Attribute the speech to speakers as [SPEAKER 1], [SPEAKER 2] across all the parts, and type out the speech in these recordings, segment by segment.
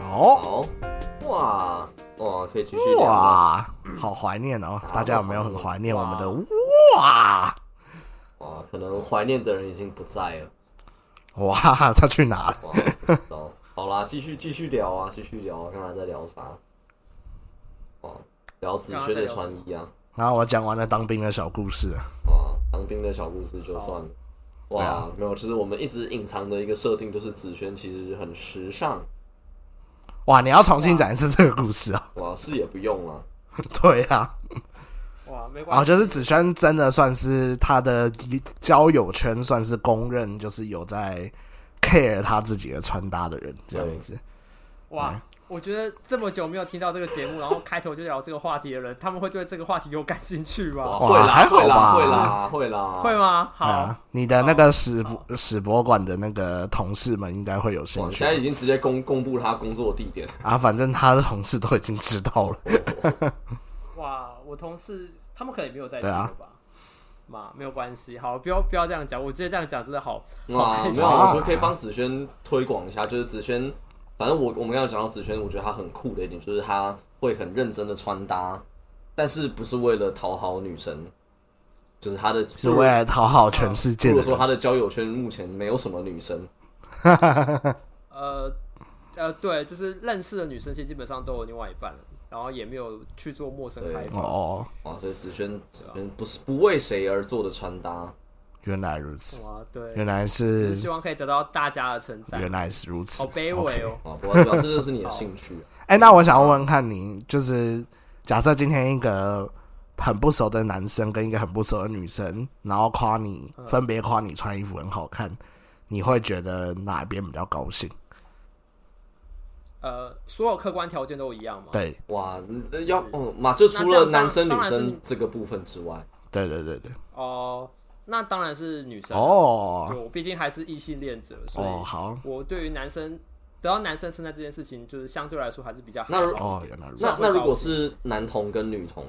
[SPEAKER 1] 好，
[SPEAKER 2] 好，哇哇，可以继续聊吗
[SPEAKER 1] 哇，
[SPEAKER 2] 嗯
[SPEAKER 1] 好怀念哦！大家有没有很怀念我们的哇？
[SPEAKER 2] 哇，可能怀念的人已经不在了。
[SPEAKER 1] 哇， 他去哪了？
[SPEAKER 2] 哇，不 知道好啦，继续继续聊啊，继续聊啊，看他在聊啥。哦，聊子轩的穿衣啊，
[SPEAKER 1] 然后我讲完了当兵的小故事了，
[SPEAKER 2] 啊，当兵的小故事就算了。哇，
[SPEAKER 1] 对啊
[SPEAKER 2] 没有，其实我们一直隐藏的一个设定就是子轩其实很时尚，
[SPEAKER 1] 哇，你要重新讲一次这个故事哦。
[SPEAKER 2] 哇，是也不用啊，
[SPEAKER 1] 对啊，
[SPEAKER 3] 哇，没
[SPEAKER 1] 啊，
[SPEAKER 3] 关系，
[SPEAKER 1] 就是子轩真的算是他的交友圈算是公认，就是有在 care 他自己的穿搭的人这样子。哎
[SPEAKER 3] 哇。我觉得这么久没有听到这个节目，然后开头就聊这个话题的人，他们会对这个话题有感兴趣
[SPEAKER 2] 哇，
[SPEAKER 3] 吗？
[SPEAKER 2] 会啦，
[SPEAKER 1] 还好
[SPEAKER 2] 会啦，
[SPEAKER 1] 吧
[SPEAKER 2] 会啦，会啦，
[SPEAKER 3] 会吗？好，
[SPEAKER 1] 啊，你的那个史博史博馆的那个同事们应该会有兴
[SPEAKER 2] 哇，
[SPEAKER 1] 趣
[SPEAKER 2] 现在已经直接公公布他工作地点，
[SPEAKER 1] 啊，反正他的同事都已经知道了。
[SPEAKER 3] 哇，我同事他们可能也没有在听
[SPEAKER 1] 对啊
[SPEAKER 3] 了吧？嘛，没有关系，好，不要不要这样讲，我觉得这样讲真的好
[SPEAKER 2] 哇，
[SPEAKER 3] 好
[SPEAKER 2] 没有，我说可以帮子轩推广一下，就是子轩，反正我我们刚刚讲到子轩，我觉得他很酷的一点就是他会很认真的穿搭，但是不是为了讨好女生，就是他的
[SPEAKER 1] 是为了讨好全世界
[SPEAKER 2] 如
[SPEAKER 1] 的
[SPEAKER 2] 果说
[SPEAKER 1] 人。
[SPEAKER 2] 他的交友圈目前没有什么女生，
[SPEAKER 3] 呃呃，对，就是认识的女生其实基本上都有另外一半了，然后也没有去做陌生开发。
[SPEAKER 1] 哦，
[SPEAKER 2] 哇，所以子轩子轩不是不为谁而做的穿搭，
[SPEAKER 1] 原来如此，
[SPEAKER 3] 哇，对，
[SPEAKER 1] 哦原来
[SPEAKER 3] 就是
[SPEAKER 1] 是
[SPEAKER 3] 希望可以得到大家的称赞
[SPEAKER 1] 原。来是如此，
[SPEAKER 3] 好卑微哦
[SPEAKER 1] OK。
[SPEAKER 2] 啊， 不过主要是这就是你的兴趣，
[SPEAKER 1] 哎、那我想问问看你，就是假设今天一个很不熟的男生跟一个很不熟的女生，然后夸你，分别夸你穿衣服很好看，你会觉得哪边比较高兴？
[SPEAKER 3] 嗯呃，所有客观条件都一样嘛？
[SPEAKER 1] 对，
[SPEAKER 2] 哇，嗯要嗯嘛，就除了男生女
[SPEAKER 3] 那这样当当然
[SPEAKER 2] 生
[SPEAKER 3] 是
[SPEAKER 2] 这个部分之外，
[SPEAKER 1] 对对对对。
[SPEAKER 3] 哦、那当然是女生。啊
[SPEAKER 1] 哦
[SPEAKER 3] 对，我毕竟还是异性恋者，所
[SPEAKER 1] 哦，
[SPEAKER 3] 以
[SPEAKER 1] 好
[SPEAKER 3] 我对于男生得到男生称赞这件事情，就是相对来说还是比较
[SPEAKER 2] 那如
[SPEAKER 3] 好
[SPEAKER 1] 哦，原来如此。
[SPEAKER 2] 那那如果是男童跟女童，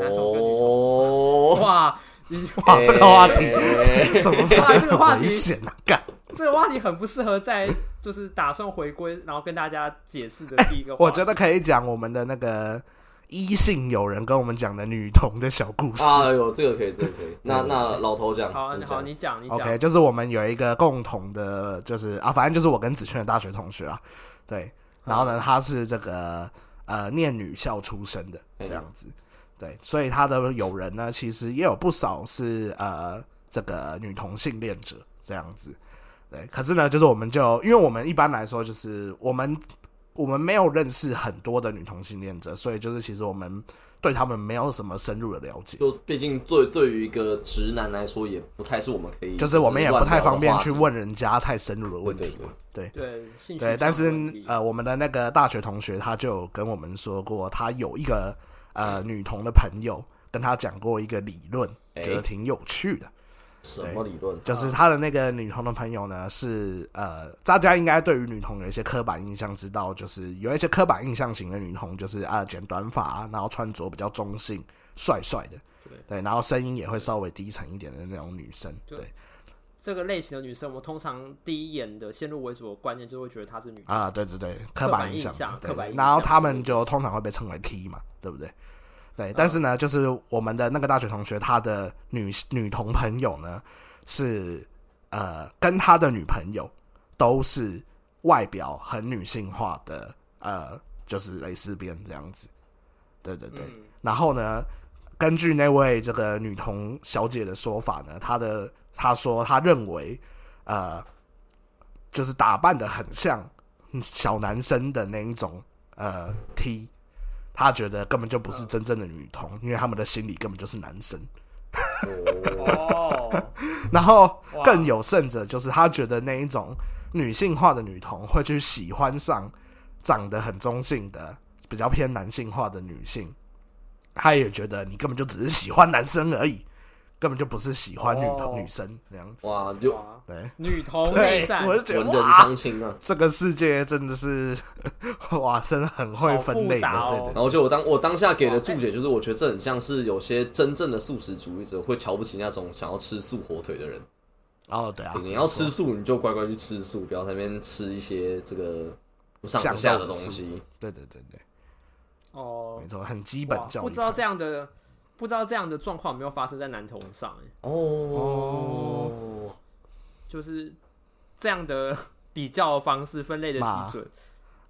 [SPEAKER 3] 男童跟女
[SPEAKER 2] 哦，
[SPEAKER 3] 哇，你
[SPEAKER 1] 哇，啊这个话题
[SPEAKER 2] 哎
[SPEAKER 1] 怎么
[SPEAKER 3] 哇这个话
[SPEAKER 1] 危
[SPEAKER 3] 题
[SPEAKER 1] 险啊？干，
[SPEAKER 3] 这个话题很不适合在就是打算回归，然后跟大家解释的第一个话题。
[SPEAKER 1] 哎我觉得可以讲我们的那个一姓友人跟我们讲的女童的小故事。
[SPEAKER 2] 啊呦，这个可以，这个可以。那那老头讲，
[SPEAKER 3] 嗯好啊，
[SPEAKER 2] 你
[SPEAKER 3] 好，
[SPEAKER 2] 讲
[SPEAKER 3] 你讲，你讲。
[SPEAKER 1] OK，就是我们有一个共同的，就是啊，反正就是我跟子轩的大学同学啊，对。
[SPEAKER 2] 嗯
[SPEAKER 1] 然后呢，他是这个呃念女校出身的
[SPEAKER 2] 嗯
[SPEAKER 1] 这样子，对，所以他的友人呢，其实也有不少是呃这个女同性恋者这样子，对。可是呢，就是我们就因为我们一般来说就是我们我们没有认识很多的女同性恋者，所以就是其实我们对他们没有什么深入的了解。
[SPEAKER 2] 就毕竟对对于一个直男来说，也不太是我们可以，
[SPEAKER 1] 就是我们也不太方便去
[SPEAKER 2] 乱
[SPEAKER 1] 问人家太深入的问题
[SPEAKER 2] 对对
[SPEAKER 1] 嘛，对
[SPEAKER 3] 对，兴趣
[SPEAKER 1] 对，但是
[SPEAKER 3] 上的问题
[SPEAKER 1] 呃，我们的那个大学同学他就有跟我们说过，他有一个呃女童的朋友跟他讲过一个理论，
[SPEAKER 2] 哎
[SPEAKER 1] 觉得挺有趣的，
[SPEAKER 2] 聊的话什么理论，
[SPEAKER 3] 嗯
[SPEAKER 1] 就是他的那个女童的朋友呢是呃，大家应该对于女童有一些刻板印象，知道就是有一些刻板印象型的女童就是啊、剪短发，然后穿着比较中性，帅帅的，对，然后声音也会稍微低沉一点的那种女生，对。
[SPEAKER 3] 这个类型的女生，我们通常第一眼的先入为主的观念就会觉得她是女的。
[SPEAKER 1] 啊，对对对，刻
[SPEAKER 3] 刻
[SPEAKER 1] 板
[SPEAKER 3] 板
[SPEAKER 1] 印
[SPEAKER 3] 印
[SPEAKER 1] 象
[SPEAKER 3] 象
[SPEAKER 1] 嘛，
[SPEAKER 3] 刻板
[SPEAKER 1] 对。
[SPEAKER 3] 印
[SPEAKER 1] 然后
[SPEAKER 3] 象
[SPEAKER 1] 他们就通常会被称为 T 嘛，对不对？对，
[SPEAKER 3] 嗯
[SPEAKER 1] 但是呢，就是我们的那个大学同学，他的女女同朋友呢，是呃，跟他的女朋友都是外表很女性化的，呃，就是蕾丝边这样子。对对对，
[SPEAKER 3] 嗯
[SPEAKER 1] 然后呢，根据那位这个女童小姐的说法呢，她的她说她认为，呃，就是打扮的很像小男生的那一种呃 T，她觉得根本就不是真正的女童，因为他们的心里根本就是男生。
[SPEAKER 2] 哦
[SPEAKER 3] 哦，
[SPEAKER 1] 然后
[SPEAKER 3] 哇
[SPEAKER 1] 更有甚者，就是她觉得那一种女性化的女童会去喜欢上长得很中性的、比较偏男性化的女性。她也觉得你根本就只是喜欢男生而已，根本就不是喜欢女童、
[SPEAKER 3] 哦
[SPEAKER 1] 女生这样子。
[SPEAKER 2] 哇， 就
[SPEAKER 3] 哇
[SPEAKER 1] 对，
[SPEAKER 3] 女同内
[SPEAKER 1] 对
[SPEAKER 3] 战，，
[SPEAKER 1] 我就觉
[SPEAKER 2] 文
[SPEAKER 1] 得
[SPEAKER 2] 人
[SPEAKER 1] 哇，
[SPEAKER 2] 相亲啊。
[SPEAKER 1] 这个世界真的是 哇，真的很会分类的，
[SPEAKER 3] 好复杂哦
[SPEAKER 1] 对
[SPEAKER 2] 然
[SPEAKER 1] 对
[SPEAKER 2] 后就我当我当下给的注解就是，我觉得这很像是有些真正的素食主义者会瞧不起那种想要吃素火腿的人。
[SPEAKER 1] 哦对啊，
[SPEAKER 2] 你要吃素，你就乖乖去吃素，不要在那边吃一些这个不上不下的东西。
[SPEAKER 1] 对对对对，
[SPEAKER 3] 哦
[SPEAKER 1] 没，错，很基本
[SPEAKER 3] 哇，
[SPEAKER 1] 教育。
[SPEAKER 3] 不知道这样的，不知道这样的状况有没有发生在男童上、欸
[SPEAKER 2] 哦，
[SPEAKER 3] 就是这样的 比较方式、分类的基
[SPEAKER 1] 嘛
[SPEAKER 3] 准，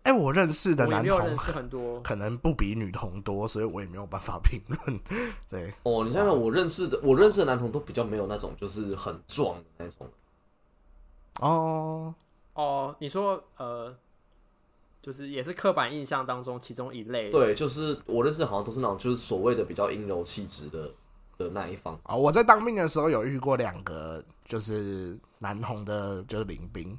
[SPEAKER 1] 哎、我认识的
[SPEAKER 3] 我也
[SPEAKER 1] 男
[SPEAKER 3] 没有
[SPEAKER 1] 童
[SPEAKER 3] 认识很多。
[SPEAKER 1] 可能不比女童多，所以我也没有办法评论。 对，
[SPEAKER 2] 哦，你想想，我认识的我认识的男童都比较没有那种就是很壮的那种，
[SPEAKER 1] 哦，
[SPEAKER 3] 哦，你说呃，就是也是刻板印象当中其中一类。
[SPEAKER 2] 对，就是我认识的好像都是那种就是所谓的比较阴柔气质的的那一方。
[SPEAKER 1] 啊，我在当兵的时候有遇过两个，就是男童的，就是领兵，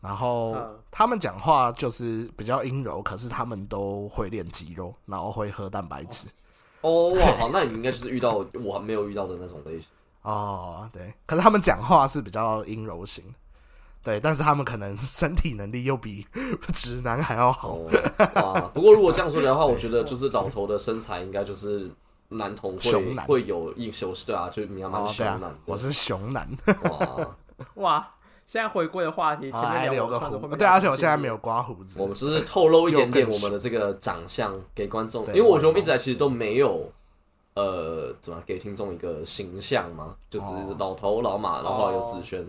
[SPEAKER 1] 然后
[SPEAKER 3] 嗯
[SPEAKER 1] 他们讲话就是比较阴柔，可是他们都会练肌肉，然后会喝蛋白质。
[SPEAKER 2] 哦，哇，好，那你应该就是遇到我还没有遇到的那种类型。
[SPEAKER 1] 哦，对，可是他们讲话是比较阴柔型，对，但是他们可能身体能力又比直男还要好。
[SPEAKER 2] 哦，哇！不过如果这样说 的话，我觉得就是老头的身材应该就是男童会
[SPEAKER 1] 熊男
[SPEAKER 2] 会有一修饰，对啊，就是你要蛮
[SPEAKER 1] 哦，
[SPEAKER 2] 熊
[SPEAKER 1] 对
[SPEAKER 2] 男
[SPEAKER 1] 啊
[SPEAKER 2] 的。，
[SPEAKER 1] 我是熊男，
[SPEAKER 2] 哇，
[SPEAKER 3] 哇，现在回归的话题，前
[SPEAKER 1] 好
[SPEAKER 2] 哎
[SPEAKER 1] 还
[SPEAKER 3] 面聊
[SPEAKER 1] 哎留
[SPEAKER 3] 我
[SPEAKER 1] 个
[SPEAKER 3] 串着后
[SPEAKER 1] 胡，
[SPEAKER 3] 面
[SPEAKER 1] 对，啊
[SPEAKER 3] 聊
[SPEAKER 1] 而且
[SPEAKER 3] 我
[SPEAKER 1] 我现在没有刮胡子
[SPEAKER 2] 我。们只是透露一点点
[SPEAKER 1] 又
[SPEAKER 2] 我
[SPEAKER 1] 更
[SPEAKER 2] 们的这个长相给观众，因
[SPEAKER 1] 对
[SPEAKER 2] 为我觉得我们一直以来其实都没有。呃，怎么给听众一个形象吗？就只是
[SPEAKER 1] 哦
[SPEAKER 2] 老头、老马，然后后来有子轩，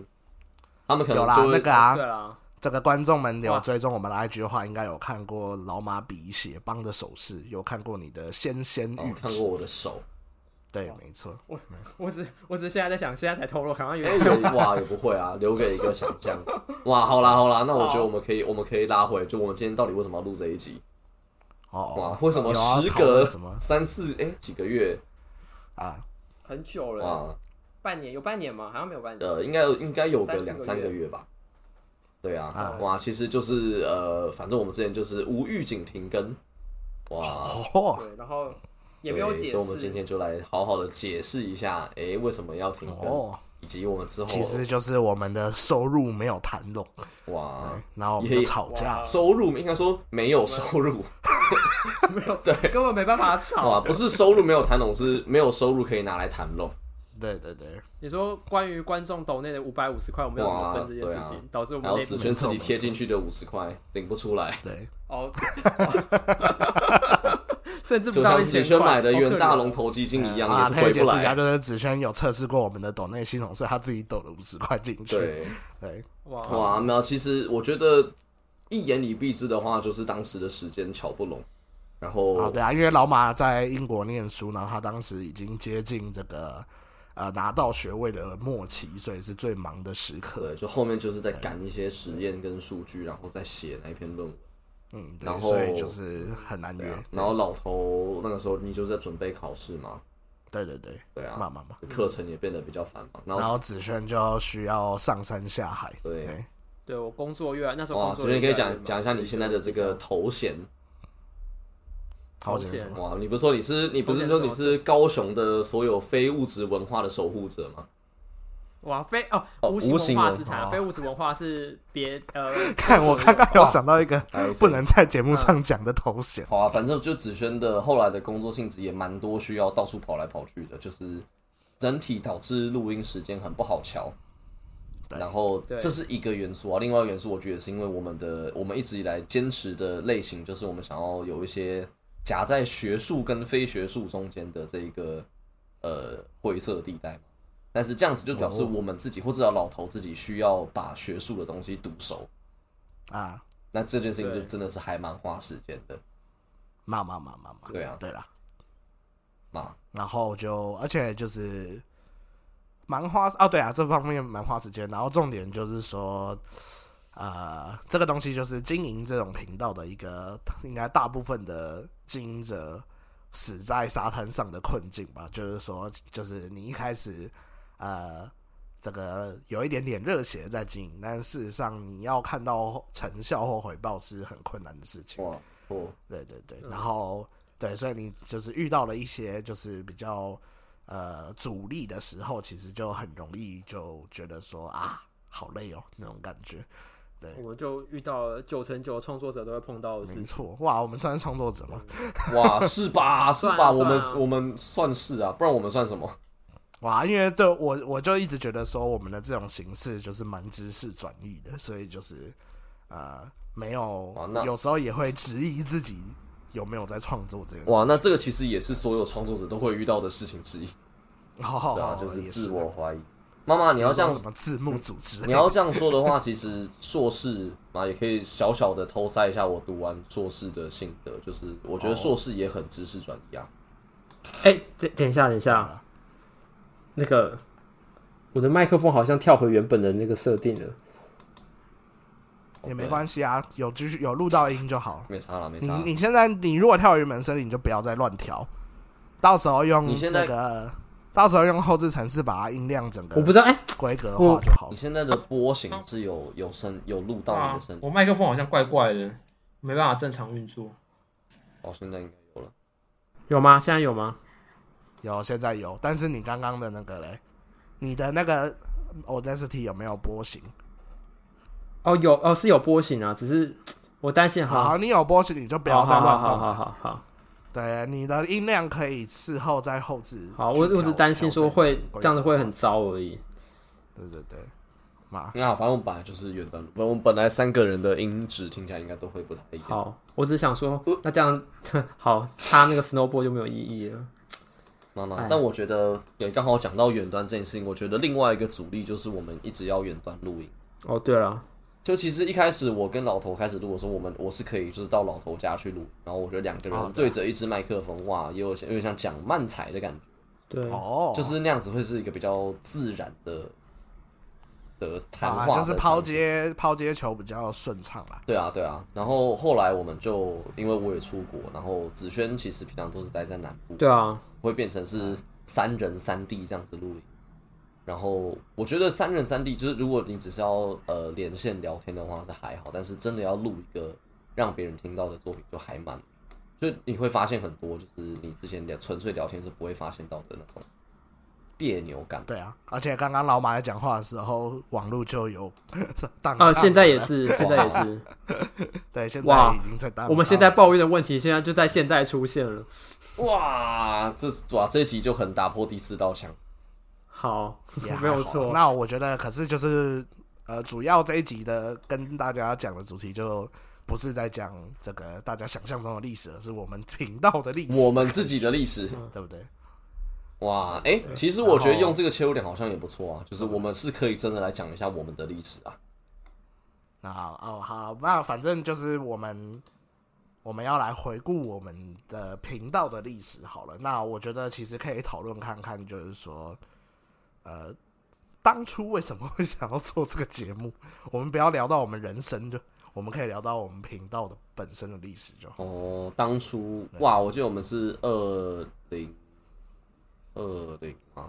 [SPEAKER 2] 他们可
[SPEAKER 1] 有
[SPEAKER 2] 能
[SPEAKER 1] 啦
[SPEAKER 2] 就，会
[SPEAKER 1] 那个啊，
[SPEAKER 3] 对啦，
[SPEAKER 1] 这个观众们有
[SPEAKER 3] 哇
[SPEAKER 1] 追踪我们的 IG 的话，应该有看过老马比血帮的手势，有看过你的纤纤
[SPEAKER 2] 哦
[SPEAKER 1] 玉
[SPEAKER 2] 看
[SPEAKER 1] 指，
[SPEAKER 2] 过我的手，
[SPEAKER 1] 对，没错。
[SPEAKER 3] 我只我只是现在在想，现在才透露，好像有
[SPEAKER 2] 哎、
[SPEAKER 3] 点
[SPEAKER 2] 有哇，也不会啊，留给一个想象。哇，好啦好啦，那我觉得我们可以，我们可以拉回，就我们今天到底为什么要录这一集？哇
[SPEAKER 1] 哦，，
[SPEAKER 2] 为什么
[SPEAKER 1] 有啊
[SPEAKER 2] 时
[SPEAKER 1] 讨
[SPEAKER 2] 隔
[SPEAKER 1] 论什么
[SPEAKER 2] 三四哎、几个月
[SPEAKER 1] 啊？
[SPEAKER 3] 很久了，
[SPEAKER 2] 哇，
[SPEAKER 3] 半年有半年吗？好像没有半年。
[SPEAKER 2] 呃，应该有应该有个
[SPEAKER 3] 三四个
[SPEAKER 2] 两三个月吧。对啊
[SPEAKER 1] 啊，
[SPEAKER 2] 哇，其实就是呃，反正我们之前就是无预警停更，哇，
[SPEAKER 1] 哦，
[SPEAKER 3] 对，然后也没有
[SPEAKER 2] 啊对
[SPEAKER 3] 解
[SPEAKER 2] 所以我们今
[SPEAKER 3] 释。
[SPEAKER 2] 天就来好好的解释一下，哎、为什么要停更，
[SPEAKER 1] 哦，
[SPEAKER 2] 以及我们之后
[SPEAKER 1] 其实就是我们的收入没有谈拢，
[SPEAKER 2] 哇，
[SPEAKER 1] 然后我们就
[SPEAKER 2] 也
[SPEAKER 1] 吵架
[SPEAKER 3] 哇。
[SPEAKER 2] 收入应该说没有收入，对，
[SPEAKER 3] 根 本没办法吵。
[SPEAKER 2] 哇，不是收入没有谈拢，是没有收入可以拿来谈拢。
[SPEAKER 1] 对对对，
[SPEAKER 3] 你说关于观众抖内的五百五十块，我们有怎么分这件事
[SPEAKER 2] 哇对
[SPEAKER 3] 情
[SPEAKER 2] 啊，
[SPEAKER 3] 导致我
[SPEAKER 2] 还
[SPEAKER 3] 们
[SPEAKER 2] 有
[SPEAKER 3] 内
[SPEAKER 2] 子
[SPEAKER 3] 部
[SPEAKER 2] 轩自己贴进去的五十块领不出来，
[SPEAKER 1] 对，
[SPEAKER 3] 哦， 甚至不
[SPEAKER 2] 就
[SPEAKER 3] 到
[SPEAKER 2] 像
[SPEAKER 3] 一
[SPEAKER 2] 子
[SPEAKER 3] 千
[SPEAKER 2] 轩
[SPEAKER 3] 块。哦
[SPEAKER 2] 买的
[SPEAKER 3] 好可
[SPEAKER 2] 元大
[SPEAKER 3] 怜
[SPEAKER 2] 龙投基金一样，也
[SPEAKER 1] 啊，
[SPEAKER 2] 是
[SPEAKER 1] 可
[SPEAKER 2] 回
[SPEAKER 1] 以解
[SPEAKER 2] 不
[SPEAKER 1] 释一下，
[SPEAKER 2] 来。
[SPEAKER 1] 就是子轩有测试过我们的抖内系统，所以他自己抖了五十块进去。
[SPEAKER 2] 对，
[SPEAKER 1] 对，
[SPEAKER 3] 哇，
[SPEAKER 2] 哇，没有，其实我觉得一言以蔽之的话，就是当时的时间巧不拢，然
[SPEAKER 1] 啊，
[SPEAKER 2] 后
[SPEAKER 1] 对啊，因为老马在英国念书，然后他当时已经接近这个呃拿到学位的末期，所以是最忙的时刻。
[SPEAKER 2] 对，就后面就是在赶一些实验跟数据，然后再写那一篇论文。
[SPEAKER 1] 嗯，对
[SPEAKER 2] 然后
[SPEAKER 1] 所以就是很难
[SPEAKER 2] 对
[SPEAKER 1] 约
[SPEAKER 2] 啊。然后老头那个时候你就在准备考试嘛，
[SPEAKER 1] 对对对，
[SPEAKER 2] 对啊，
[SPEAKER 1] 慢慢
[SPEAKER 3] 嗯
[SPEAKER 1] 嘛。
[SPEAKER 2] 课程也变得比较繁忙，然
[SPEAKER 1] 然
[SPEAKER 2] 后
[SPEAKER 1] 后子轩就需要上山下海。
[SPEAKER 2] 对
[SPEAKER 1] 对，
[SPEAKER 3] 对我工作越来那时候
[SPEAKER 2] 哇，
[SPEAKER 3] 工
[SPEAKER 2] 子
[SPEAKER 3] 作
[SPEAKER 2] 轩
[SPEAKER 3] 越
[SPEAKER 2] 你可以
[SPEAKER 3] 来越
[SPEAKER 2] 讲
[SPEAKER 3] 忙
[SPEAKER 2] 讲一下你现在的这个头衔。
[SPEAKER 1] 好
[SPEAKER 3] 险
[SPEAKER 1] 险！
[SPEAKER 2] 哇，你不是说你是你不是
[SPEAKER 3] 头
[SPEAKER 2] 说
[SPEAKER 3] 衔
[SPEAKER 2] 你是高雄的所有非物质文化的守护者吗？
[SPEAKER 3] 哇非哦
[SPEAKER 2] 哦
[SPEAKER 3] 无形
[SPEAKER 2] 无形
[SPEAKER 3] 文化
[SPEAKER 2] 文
[SPEAKER 3] 资产啊，
[SPEAKER 1] 化
[SPEAKER 3] 非物质文化是别 呃，
[SPEAKER 1] 看我刚刚
[SPEAKER 2] 哦
[SPEAKER 1] 有想到一个
[SPEAKER 2] 还有谁
[SPEAKER 1] 不能在节
[SPEAKER 2] 嗯
[SPEAKER 1] 目上讲的头衔。
[SPEAKER 2] 好啊，反正就子轩的后来的工作性质也蛮多，需要到处跑来跑去的，就是整体导致录音时间很不好瞧。
[SPEAKER 1] 对
[SPEAKER 2] 然后
[SPEAKER 3] 对
[SPEAKER 2] 这是一个元素啊，另外一个元素我觉得是因为我们的我们一直以来坚持的类型，就是我们想要有一些夹在学术跟非学术中间的这一个呃灰色地带嘛。但是这样子就表
[SPEAKER 3] 哦
[SPEAKER 2] 示我们自己、或至少老头自己需要把学术的东西读熟，
[SPEAKER 1] 啊，
[SPEAKER 2] 那这件事情就
[SPEAKER 3] 对
[SPEAKER 2] 真的是还蛮花时间的
[SPEAKER 1] 嘛嘛嘛嘛嘛，
[SPEAKER 2] 对啊
[SPEAKER 1] 对啦。
[SPEAKER 2] 嘛。
[SPEAKER 1] 然后就呃而且就是蛮花哦，对啊，这方面蛮花时间。然后重点就是说，呃，这个东西就是经营这种频道的一个，呃应该大部分的经营者死在沙滩上的困境吧。就是说，就是你一开始呃。这个有一点点热血在经营，但事实上你要看到成效或回报是很困难的事情。
[SPEAKER 2] 哇哦。
[SPEAKER 1] 对对对，然后对，所以你就是遇到了一些就是比较呃阻力的时候，其实就很容易就觉得说啊，好累哦那种感觉。
[SPEAKER 3] 我们就遇到了九成九创作者都会碰到的事
[SPEAKER 1] 没
[SPEAKER 3] 情。
[SPEAKER 1] 错，哇，我们算是创作者
[SPEAKER 2] 嗯
[SPEAKER 1] 嘛，
[SPEAKER 2] 哇，是吧？是
[SPEAKER 3] 算啊
[SPEAKER 2] 吧？
[SPEAKER 3] 算啊
[SPEAKER 2] 我们我们算是啊，不然我们算什么？
[SPEAKER 1] 哇，因为对我我就一直觉得说我们的这种形式就是蛮知识转移的，所以就是呃，没有
[SPEAKER 2] 哇哦那，
[SPEAKER 1] 有时候也会质疑自己有没有在创作这件事。
[SPEAKER 2] 哇，那这个其实也是所有创作者都会遇到的事情之一，
[SPEAKER 1] 好好
[SPEAKER 2] 对啊，
[SPEAKER 1] 好，
[SPEAKER 2] 就是
[SPEAKER 1] 哦也
[SPEAKER 2] 自我怀疑。妈妈，你
[SPEAKER 1] 你
[SPEAKER 2] 要这样
[SPEAKER 1] 什 么字幕组织
[SPEAKER 2] 你要这样说的话，其实硕士嘛也可以小小的偷塞一下我读完硕士的心得，就是我觉得硕士也很知识转移啊。
[SPEAKER 3] 哎、等等一下，等一下，那个我的麦克风好像跳回原本的那个设定了。
[SPEAKER 1] 也没关系啊，有继续有录到音就好。
[SPEAKER 2] 没差了，没
[SPEAKER 1] 你
[SPEAKER 2] 差啦。
[SPEAKER 1] 你现在你如果跳云门森林，你就不要再乱调，到时候用
[SPEAKER 2] 你现在
[SPEAKER 1] 那个，到时候用后置程式把它音量整
[SPEAKER 3] 我
[SPEAKER 1] 个
[SPEAKER 3] 不知道，哎、
[SPEAKER 1] 规格
[SPEAKER 3] 我
[SPEAKER 1] 化就好
[SPEAKER 2] 你。现在的波形是有有声有录到嗯你
[SPEAKER 4] 啊
[SPEAKER 2] 的声，音
[SPEAKER 4] 我麦克风好像怪怪的，没办法正常运作。
[SPEAKER 2] 哦，现在应该有了。
[SPEAKER 3] 有吗？现在有吗？
[SPEAKER 1] 有现在有，但是你刚刚的那个嘞，你的那个 Audacity 有没有波形？
[SPEAKER 3] 哦，有哦，是有波形啊，只是我担心
[SPEAKER 1] 好，
[SPEAKER 3] 哈，
[SPEAKER 1] 你有波形你就不
[SPEAKER 3] 不
[SPEAKER 1] 要再
[SPEAKER 3] 啊好
[SPEAKER 1] 乱
[SPEAKER 3] 好
[SPEAKER 1] 动
[SPEAKER 3] 好
[SPEAKER 1] 了。
[SPEAKER 3] 好好好
[SPEAKER 1] 对，你的音量可以事后再后置。
[SPEAKER 3] 好，我我只担心说会这样子会很。糟而已。
[SPEAKER 1] 对对对，嘛，
[SPEAKER 2] 那好，啊反正我们本来就是远端录，我们本来三个人的音质听起来应该都会不太
[SPEAKER 1] 嗯
[SPEAKER 2] 一样。
[SPEAKER 3] 好，我只想说，
[SPEAKER 1] 呃
[SPEAKER 3] 那这样好插那个 snowball 就没有意义了。
[SPEAKER 2] 妈
[SPEAKER 3] 哎
[SPEAKER 2] 妈，但我觉得也刚好讲到远端这件事情，我觉得另外一个阻力就是我们一直要远端录音。
[SPEAKER 3] 哦，对了，
[SPEAKER 2] 就其实一开始我跟老头开始录的时候，我们我是可以就是到老头家去录，然后我觉得两个
[SPEAKER 1] 哦
[SPEAKER 2] 人对着一支麦克风，哇，也有像有点像讲慢才的感觉，
[SPEAKER 3] 对，
[SPEAKER 1] 哦，
[SPEAKER 2] 就是那样子会是一个比较自然的的谈话
[SPEAKER 1] 啊，
[SPEAKER 2] 的场景、
[SPEAKER 1] 就是抛接抛接球比较顺畅啦。
[SPEAKER 2] 对啊，对啊。然后后来我们就因为我也出国，然后子轩其实平常都是待在南部，
[SPEAKER 3] 对啊，
[SPEAKER 2] 会变成是三人三地这样子录影。然后我觉得三人三地就是，如果你只是要呃连线聊天的话是还好，但是真的要录一个让别人听到的作品就还蛮，就你会发现很多就是你之前聊纯粹聊天是不会发现到的那种别扭感。
[SPEAKER 1] 对啊，而且刚刚老马在讲话的时候，网络就有 荡
[SPEAKER 3] 啊，
[SPEAKER 1] 荡
[SPEAKER 3] 现在也 是，现在也是，
[SPEAKER 1] 嗯对，现
[SPEAKER 3] 哇
[SPEAKER 1] 在已经在荡。
[SPEAKER 3] 我们现在抱怨的问题，现在就在现在出现了。
[SPEAKER 2] 哇，这哇这一集就很打破第四道墙。
[SPEAKER 3] 好
[SPEAKER 1] 也，还
[SPEAKER 3] 没有
[SPEAKER 1] 好
[SPEAKER 3] 错。
[SPEAKER 1] 那我觉得，可是就是呃，主要这一集的呃跟大家讲的主题就。不是在讲这个大家想象中的历史，而是我们频道的历史，
[SPEAKER 2] 我们自己的历史，
[SPEAKER 1] 对不对？
[SPEAKER 2] 哇，哎、其实我觉得用这个切入点好像也不错啊，就是我们是可以真的来讲一下我们的历史啊。
[SPEAKER 1] 那好哦，好，那反正就是我们我们要来回顾我们的频道的历史好了。那我觉得其实可以讨论看看，就是说，呃，当初为什么会想要做这个节目？ 我们不要聊到我们人生就，我们可以聊到我们频道的本身的历史就好。
[SPEAKER 2] 哦，当初哇，我记得我们是二零二零啊，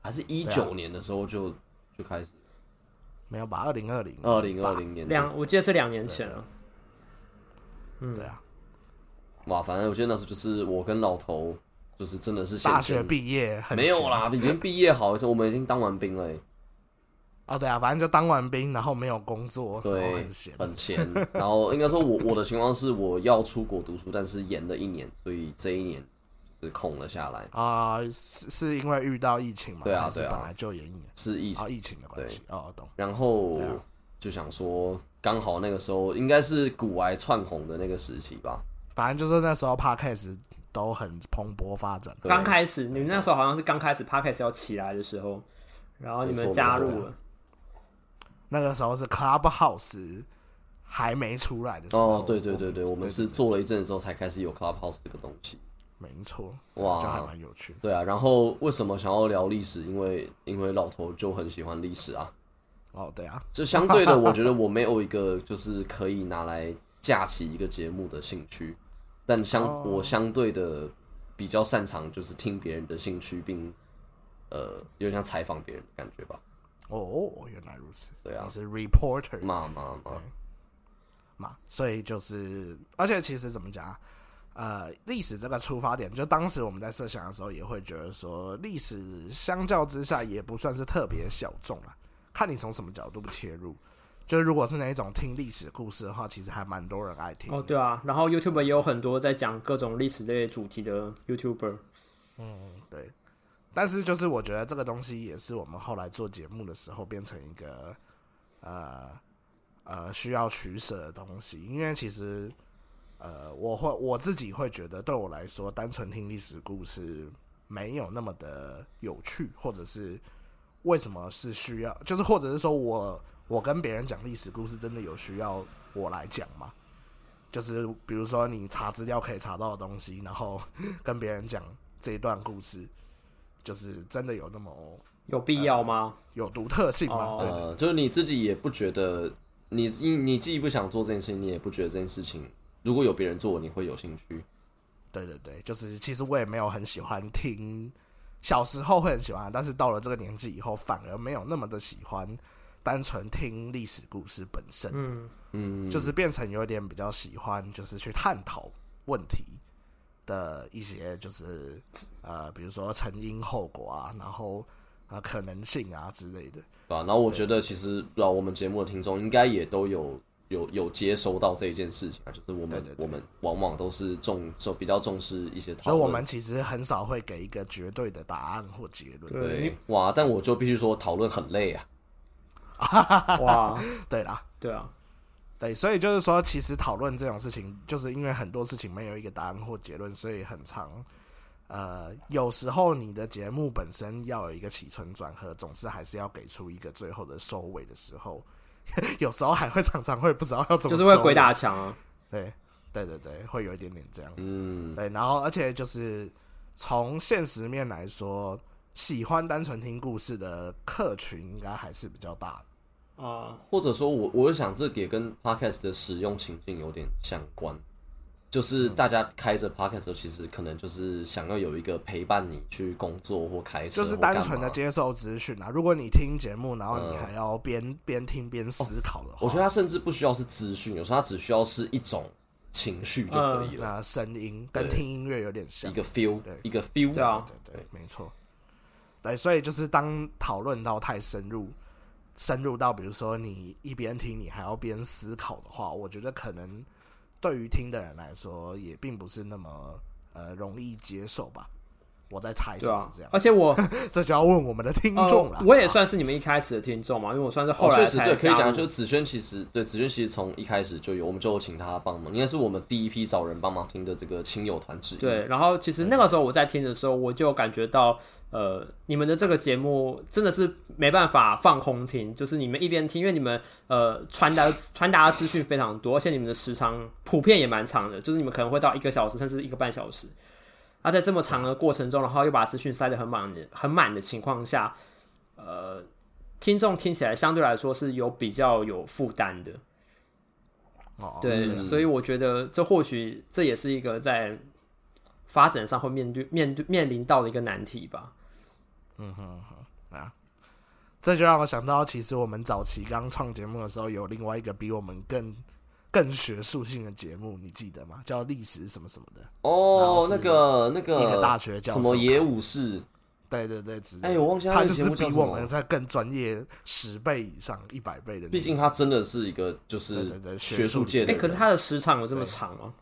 [SPEAKER 2] 还是
[SPEAKER 1] 啊
[SPEAKER 2] 一九年的时候就、就开始，
[SPEAKER 1] 没有吧？二零二零，
[SPEAKER 2] 二零二零年的时候
[SPEAKER 3] 两，我记得是两年前了。
[SPEAKER 2] 嗯
[SPEAKER 1] 对啊，
[SPEAKER 2] 哇，反正我记得那时候就是我跟老头，就是真的是
[SPEAKER 1] 大
[SPEAKER 2] 大
[SPEAKER 1] 学毕业很
[SPEAKER 2] 没有
[SPEAKER 1] 闲
[SPEAKER 2] 啦，已经毕业好一些，我们已经当完兵了欸，
[SPEAKER 1] 啊，对啊，反正就当完兵，然后没有工作，然后
[SPEAKER 2] 对
[SPEAKER 1] 哦很闲，，
[SPEAKER 2] 很闲。然后应该说我我的情况是我要出国读书，但是延了一年，所以这一年就是空了下来，
[SPEAKER 1] 啊、是是因为遇到疫情嘛？
[SPEAKER 2] 对啊
[SPEAKER 1] 还是
[SPEAKER 2] 对啊
[SPEAKER 1] 本来就演艺人
[SPEAKER 2] 是疫情。
[SPEAKER 1] 啊，疫情的关系哦，懂。
[SPEAKER 2] 然后
[SPEAKER 1] 对啊
[SPEAKER 2] 就想说，刚好那个时候应该是古癌窜红的那个时期吧。
[SPEAKER 1] 反正就是那时候 podcast 都很蓬勃发展，
[SPEAKER 2] 对
[SPEAKER 3] 刚开始，你们那时候好像是刚开始 podcast 要起来的时候，然后你们
[SPEAKER 2] 没错
[SPEAKER 3] 加
[SPEAKER 2] 没
[SPEAKER 3] 入
[SPEAKER 2] 错
[SPEAKER 3] 了。
[SPEAKER 1] 那个时候是 Clubhouse 还没出来的时候。
[SPEAKER 2] 哦，对对对对，我们是做了一阵子之后才开始有 Clubhouse 这个东西。
[SPEAKER 1] 没错，
[SPEAKER 2] 哇
[SPEAKER 1] 就还蛮有趣的。
[SPEAKER 2] 对啊，然后为什么想要聊历史？因为因为老头就很喜欢历史啊。
[SPEAKER 1] 哦，对啊，
[SPEAKER 2] 就相对的，我觉得我没有一个就是可以拿来架起一个节目的兴趣，但相、
[SPEAKER 1] 哦
[SPEAKER 2] 我相对的比较擅长就是听别人的兴趣，并呃有点像采访别人的感觉吧。
[SPEAKER 1] 哦，原来如此。
[SPEAKER 2] 对啊
[SPEAKER 1] 你是 reporter
[SPEAKER 2] 嘛嘛嘛，
[SPEAKER 1] 嘛，所以就是，而且其实怎么讲啊？呃，历史这个出发点，就当时我们在设想的时候，也会觉得说，历史相较之下也不算是特别小众啊。看你从什么角度切入，就是如果是那一种听历史故事的话，其实还蛮多人爱听的。
[SPEAKER 3] 哦，对啊，然后 YouTube 也有很多在讲各种历史类主题的 YouTuber。
[SPEAKER 1] 对，但是就是我觉得这个东西也是我们后来做节目的时候变成一个呃呃需要取舍的东西，因为其实呃我会我自己会觉得，对我来说，单纯听历史故事没有那么的有趣，或者是为什么是需要，就是或者是说我我跟别人讲历史故事，真的有需要我来讲吗？就是比如说你查资料可以查到的东西，然后跟别人讲这一段故事，就是真的有那么
[SPEAKER 3] 有必要吗？
[SPEAKER 1] 有独特性吗？
[SPEAKER 3] 哦
[SPEAKER 1] 对
[SPEAKER 2] 呃，就是你自己也不觉得，你你你既不想做这件事情，你也不觉得这件事情，如果有别人做，你会有兴趣。
[SPEAKER 1] 对对对，就是其实我也没有很喜欢听，小时候会很喜欢，但是到了这个年纪以后，反而没有那么的喜欢，单纯听历史故事本身，
[SPEAKER 4] 嗯，
[SPEAKER 2] 嗯，
[SPEAKER 1] 就是变成有点比较喜欢，就是去探讨问题的一些，就是呃，比如说成因后果啊，然后呃可能性啊之类的。
[SPEAKER 2] 对吧、然后我觉得其实不知道我们节目的听众应该也都有有有接收到这一件事情啊，就是我们
[SPEAKER 1] 对对对
[SPEAKER 2] 我们往往都是重就比较重视一些讨
[SPEAKER 1] 所以
[SPEAKER 2] 论。
[SPEAKER 1] 我们其实很少会给一个绝对的答案或结论。
[SPEAKER 2] 嗯
[SPEAKER 4] 对
[SPEAKER 2] 对哇，但我就必须说讨论很累啊。
[SPEAKER 3] 哇，
[SPEAKER 1] 对啦，
[SPEAKER 3] 对啊，
[SPEAKER 1] 对，所以就是说，其实讨论这种事情，就是因为很多事情没有一个答案或结论，所以很长。呃，有时候你的节目本身要有一个起承转合，总是还是要给出一个最后的收尾的时候， 有时候还会常常会不知道要怎
[SPEAKER 3] 就
[SPEAKER 1] 么，
[SPEAKER 3] 是会鬼打。墙啊。
[SPEAKER 1] 对，对对对，会有一点点这样子。
[SPEAKER 2] 嗯，
[SPEAKER 1] 对，然后而且就是从现实面来说，喜欢单纯听故事的客群应该还是比较大的。
[SPEAKER 3] 啊，
[SPEAKER 2] 或者说我我想这也跟 podcast 的使用情境有点相关，就是
[SPEAKER 1] 嗯
[SPEAKER 2] 大家开着 podcast 的时候，其实可能就是想要有一个陪伴你去工作或开车
[SPEAKER 1] 就
[SPEAKER 2] 或干嘛，
[SPEAKER 1] 是单纯的接受资讯啊。如果你听节目，然后你
[SPEAKER 2] 嗯哦
[SPEAKER 1] 还要边边听边思考的话，
[SPEAKER 2] 我觉得它甚至不需要是资讯，有时候它只需要是一种情绪就可以了，
[SPEAKER 1] 那声音跟
[SPEAKER 2] 对
[SPEAKER 1] 听音乐有点像
[SPEAKER 2] 一。个 feel，
[SPEAKER 1] 嗯对
[SPEAKER 2] 一个 feel。哦
[SPEAKER 3] 对啊
[SPEAKER 1] 对对，没错。对，所以就是当讨论到太深入，深入到比如说你一边听，你还要边思考的话，我觉得可能对于听的人来说，也并不是那么呃容易接受吧。我在猜是
[SPEAKER 3] 对
[SPEAKER 1] 不是
[SPEAKER 3] 啊
[SPEAKER 1] 这样，，
[SPEAKER 3] 而且我
[SPEAKER 1] 这就要问我们的听众了、
[SPEAKER 3] 呃，我也算是你们一开始的听众嘛，因为我算是后
[SPEAKER 2] 哦，
[SPEAKER 3] 来
[SPEAKER 2] 确实
[SPEAKER 3] 才
[SPEAKER 2] 对，可以
[SPEAKER 3] 加
[SPEAKER 2] 讲，
[SPEAKER 3] 入
[SPEAKER 2] 就是子轩其实对子轩其实从一开始就有，我们就有请他帮忙，应该是我们第一批找人帮忙听的这个亲友团之一。
[SPEAKER 3] 对，然后其实那个时候我在听的时候，我就感觉到，呃，你们的这个节目真的是没办法放空听，就是你们一边听，因为你们呃传达传达的资讯非常多，而且你们的时长普遍也蛮长的，就是你们可能会到一个小时甚至一个半小时。那在这么长的过程中，然后又把资讯塞得很满的很满的情况下，呃，听众听起来相对来说是有比较有负担的。
[SPEAKER 1] 哦，
[SPEAKER 3] 对，
[SPEAKER 2] 嗯
[SPEAKER 3] 所以我觉得这或许这也是一个在发展上会面对面对面临到的一个难题吧。
[SPEAKER 1] 这就让我想到，其实我们早期刚创节目的时候，有另外一个比我们更更学术性的节目，你记得吗？叫历史什么什么的，
[SPEAKER 2] 哦，那个那
[SPEAKER 1] 一个
[SPEAKER 2] 个
[SPEAKER 1] 大学教授
[SPEAKER 2] 什么野武士，
[SPEAKER 1] 对对对，之类的。
[SPEAKER 2] 哎我忘记他
[SPEAKER 1] 他
[SPEAKER 2] 那
[SPEAKER 1] 就
[SPEAKER 2] 个节
[SPEAKER 1] 是
[SPEAKER 2] 目
[SPEAKER 1] 比
[SPEAKER 2] 叫什
[SPEAKER 1] 我
[SPEAKER 2] 么
[SPEAKER 1] 们在更专业十倍以上、一百倍的那种。
[SPEAKER 2] 毕竟他真的是一个就
[SPEAKER 1] 对
[SPEAKER 2] 是
[SPEAKER 1] 对对
[SPEAKER 2] 学术界
[SPEAKER 3] 哎、
[SPEAKER 2] 的人，
[SPEAKER 3] 可是它的时长有这么长吗？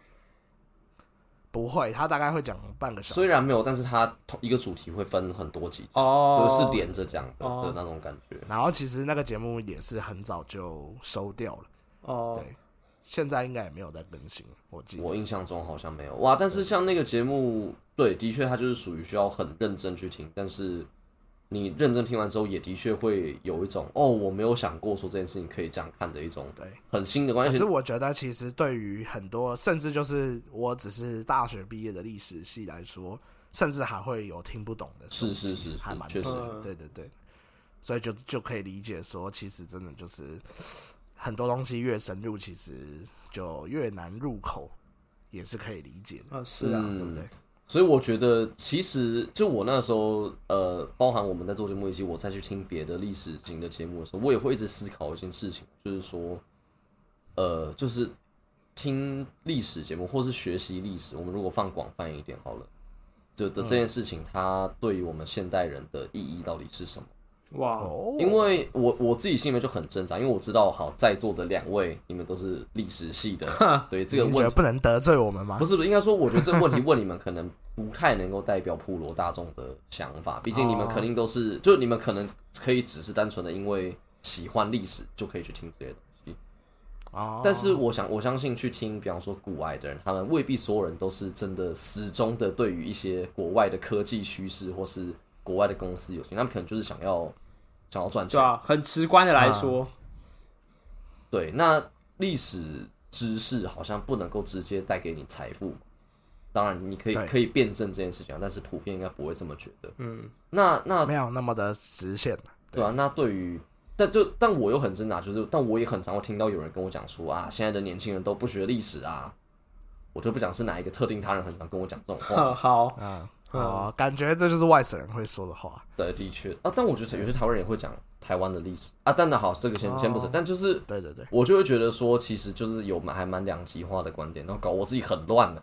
[SPEAKER 1] 不会，他大概会讲半个小时。
[SPEAKER 2] 虽然没有，但是他同一个主题会分很多集，
[SPEAKER 3] 哦，
[SPEAKER 2] 就是连着讲的
[SPEAKER 3] 哦
[SPEAKER 2] 的那种感觉。
[SPEAKER 1] 然后其实那个节目也是很早就收掉了，
[SPEAKER 3] 哦，
[SPEAKER 1] 对现在应该也没有在更新了，我记得。
[SPEAKER 2] 我印象中好像没有哇，但是像那个节目，对，的确它就是属于需要很认真去听，但是你认真听完之后，也的确会有一种哦，我没有想过说这件事情可以这样看的一种
[SPEAKER 1] 对
[SPEAKER 2] 很新的关
[SPEAKER 1] 可
[SPEAKER 2] 系
[SPEAKER 1] 是。我觉得，其实对于很多，甚至就是我只是大学毕业的历史系来说，甚至还会有听不懂的东西，
[SPEAKER 2] 是是是是
[SPEAKER 1] 还蛮
[SPEAKER 2] 确实
[SPEAKER 1] 多的对对对，所以就就可以理解说，其实真的就是很多东西越深入，其实就越难入口，也是可以理解的，
[SPEAKER 3] 啊、是啊，
[SPEAKER 1] 对不对？
[SPEAKER 2] 所以我觉得，其实就我那时候，呃，包含我们在做节目以及我再去听别的历史型的节目的时候，我也会一直思考一件事情，就是说，呃，就是听历史节目或是学习历史，我们如果放广泛一点好了，就的这
[SPEAKER 1] 嗯
[SPEAKER 2] 件事情，它对于我们现代人的意义到底是什么？
[SPEAKER 3] 哇，
[SPEAKER 1] 哦，
[SPEAKER 2] 嗯因为我我自己心里面就很挣扎，因为我知道，好在座的两位你们都是历史系的，对这个
[SPEAKER 1] 你
[SPEAKER 2] 问题
[SPEAKER 1] 觉得不能得罪我们吗？
[SPEAKER 2] 不是，不是应该说，我觉得这个问题问你们可能不太能够代表普罗大众的想法，毕竟你们肯定都是，就你们可能可以只是单纯的因为喜欢历史就可以去听这些东西，
[SPEAKER 1] 哦，
[SPEAKER 2] 但是我想，我相信去听，比方说古外的人，他们未必所有人都是真的始终的对于一些国外的科技趋势或是国外的公司有兴趣，他们可能就是想要想要赚
[SPEAKER 3] 对
[SPEAKER 2] 钱。
[SPEAKER 3] 吧、很直观的
[SPEAKER 1] 啊
[SPEAKER 3] 来说，
[SPEAKER 2] 对，那历史知识好像不能够直接带给你财富，当然你可以
[SPEAKER 1] 对
[SPEAKER 2] 可以辩证这件事情啊，但是普遍应该不会这么觉得。嗯，那那
[SPEAKER 1] 没有那么的直线。
[SPEAKER 2] 对啊，那对于但就但我又很挣扎，就是但我也很常会听到有人跟我讲说啊，现在的年轻人都不学历史啊，我就不讲是哪一个特定他人很常跟我讲这种话。
[SPEAKER 3] 呵 好，
[SPEAKER 1] 嗯，
[SPEAKER 3] 嗯
[SPEAKER 1] 哦，感觉这就是外省人会说的话。
[SPEAKER 2] 对，的确啊，但我觉得有些台湾人也会讲台湾的历史啊，但那好，这个先先不扯，但就是
[SPEAKER 1] 对对对，
[SPEAKER 2] 我就会觉得说，其实就是有蛮还蛮两极化的观点，然后搞我自己很乱的、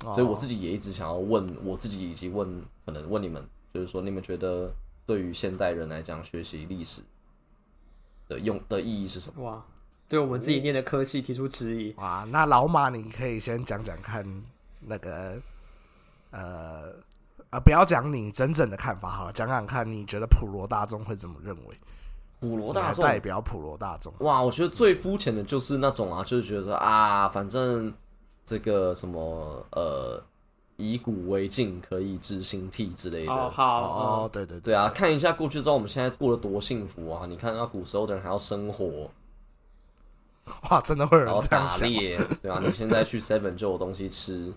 [SPEAKER 2] 啊
[SPEAKER 1] 哦
[SPEAKER 2] 所以我自己也一直想要问我自己，以及问可能问你们，就是说你们觉得对于现代人来讲，学习历史的用的意义是什么？
[SPEAKER 3] 哇，对我们自己念的科系提出质疑，
[SPEAKER 1] 哇，那老马你可以先讲讲看那个呃啊，不要讲你真正的看法好了，讲讲看你觉得普罗大众会怎么认为？
[SPEAKER 2] 普罗
[SPEAKER 1] 你
[SPEAKER 2] 大
[SPEAKER 1] 还
[SPEAKER 2] 众
[SPEAKER 1] 代表普罗大众，
[SPEAKER 2] 哇，我觉得最肤浅的就是那种啊，就是觉得说啊，反正这个什么呃，以古为镜，可以知兴替之类的。
[SPEAKER 3] 哦好
[SPEAKER 1] 哦，
[SPEAKER 3] 哦
[SPEAKER 1] 对对 对，
[SPEAKER 2] 对啊，看一下过去之后，我们现在过得多幸福啊！你看到古时候的人还要生活，
[SPEAKER 1] 哇，真的会有
[SPEAKER 2] 然后
[SPEAKER 1] 人这
[SPEAKER 2] 打
[SPEAKER 1] 样想
[SPEAKER 2] 猎，对啊，你现在去 Seven 就有东西吃，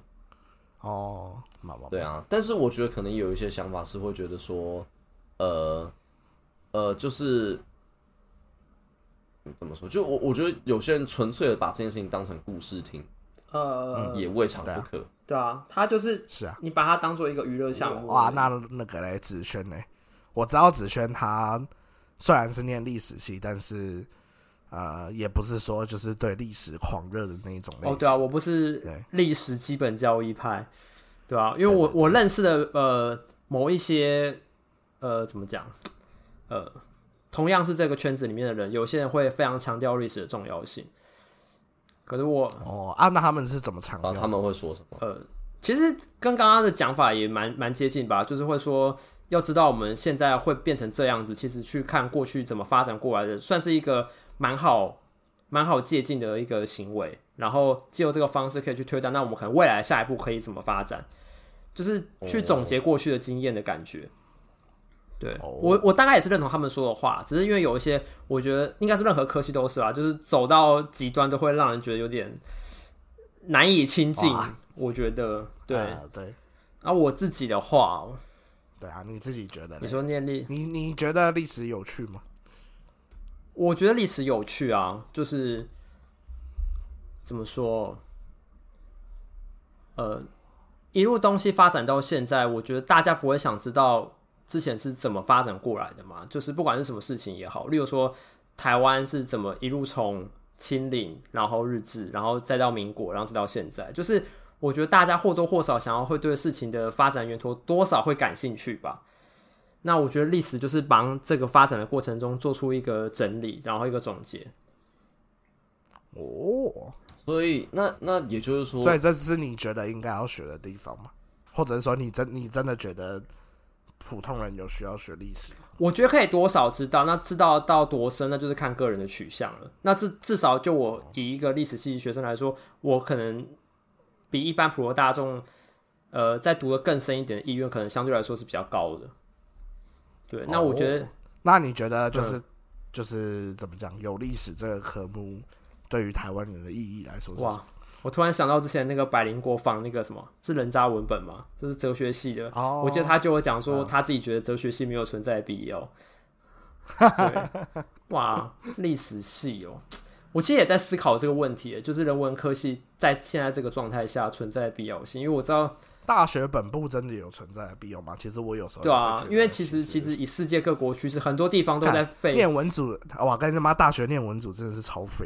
[SPEAKER 1] 哦，妈妈，
[SPEAKER 2] 对啊。但是我觉得可能有一些想法是会觉得说，呃，呃，就是嗯怎么说？就我我觉得有些人纯粹的把这件事情当成故事听，
[SPEAKER 1] 嗯
[SPEAKER 3] 呃，
[SPEAKER 2] 也未尝不可。
[SPEAKER 3] 对啊，他就是
[SPEAKER 1] 是啊，
[SPEAKER 3] 你把它当做一个娱乐项目，
[SPEAKER 1] 哇，那那个嘞，子轩嘞，我知道子轩他虽然是念历史系，但是呃，也不是说就是对历史狂热的那一种类
[SPEAKER 3] 哦，
[SPEAKER 1] 型。
[SPEAKER 3] 对啊，我不是
[SPEAKER 1] 对
[SPEAKER 3] 历史基本教义派，对啊，因为我我认识的呃某一些呃怎么讲呃，同样是这个圈子里面的人，有些人会非常强调历史的重要性，可是我
[SPEAKER 1] 哦，啊，那他们是怎么强
[SPEAKER 2] 然
[SPEAKER 1] 调
[SPEAKER 2] 后哦他
[SPEAKER 1] 的？
[SPEAKER 2] 们会说什么？
[SPEAKER 3] 其实跟刚刚的讲法也蛮蛮接近吧，就是会说要知道我们现在会变成这样子，其实去看过去怎么发展过来的，算是一个蛮好蛮好借鉴的一个行为。然后借由这个方式可以去推断，那我们可能未来下一步可以怎么发展，就是去总结过去的经验的感觉。对
[SPEAKER 1] 哦
[SPEAKER 3] 我，我大概也是认同他们说的话，只是因为有一些，我觉得应该是任何科系都是吧，就是走到极端都会让人觉得有点难以亲近
[SPEAKER 1] 哇。
[SPEAKER 3] 我觉得对，
[SPEAKER 1] 啊对
[SPEAKER 3] 啊，我自己的话，
[SPEAKER 1] 对啊，你自己觉得嘞？
[SPEAKER 3] 你说念历，
[SPEAKER 1] 你你觉得历史有趣吗？
[SPEAKER 3] 我觉得历史有趣啊，就是怎么说，呃，一路东西发展到现在，我觉得大家不会想知道之前是怎么发展过来的嘛，就是不管是什么事情也好，例如说台湾是怎么一路从清领，然后日治，然后再到民国，然后再到现在，就是我觉得大家或多或少想要会对事情的发展源头多少会感兴趣吧。那我觉得历史就是帮这个发展的过程中做出一个整理，然后一个总结。
[SPEAKER 1] 哦，
[SPEAKER 2] 所以那那也就是说，
[SPEAKER 1] 所以这是你觉得应该要学的地方吗？或者是说你真你真的觉得普通人有需要学历史吗？
[SPEAKER 3] 我觉得可以多少知道，那知道到多深，那就是看个人的取向了。那至至少就我以一个历史系学生来说，我可能比一般普罗大众，呃，在读的更深一点的意愿，可能相对来说是比较高的。对，那我觉得
[SPEAKER 1] 哦那你觉得就是、
[SPEAKER 3] 嗯
[SPEAKER 1] 就是怎么讲？有历史这个科目对于台湾人的意义来说是什
[SPEAKER 3] 哇
[SPEAKER 1] 么？，
[SPEAKER 3] 我突然想到之前那个百灵国放那个什么是人渣文本嘛，就是哲学系的。
[SPEAKER 1] 哦
[SPEAKER 3] 我记得他就有讲说他自己觉得哲学系没有存在的必要。 对，哇，历史系哦，我其实也在思考这个问题，就是人文科系在现在这个状态下存在的必要性，因为我知
[SPEAKER 1] 哦
[SPEAKER 3] 道
[SPEAKER 1] 大学本部真的有存在的必要吗？其实我有时候
[SPEAKER 3] 对
[SPEAKER 1] 也会
[SPEAKER 3] 啊
[SPEAKER 1] 觉，得
[SPEAKER 3] 因为其实其实以世界各国趋势，很多地方都在废。
[SPEAKER 1] 念文组，哇，跟他妈大学念文组真的是超废。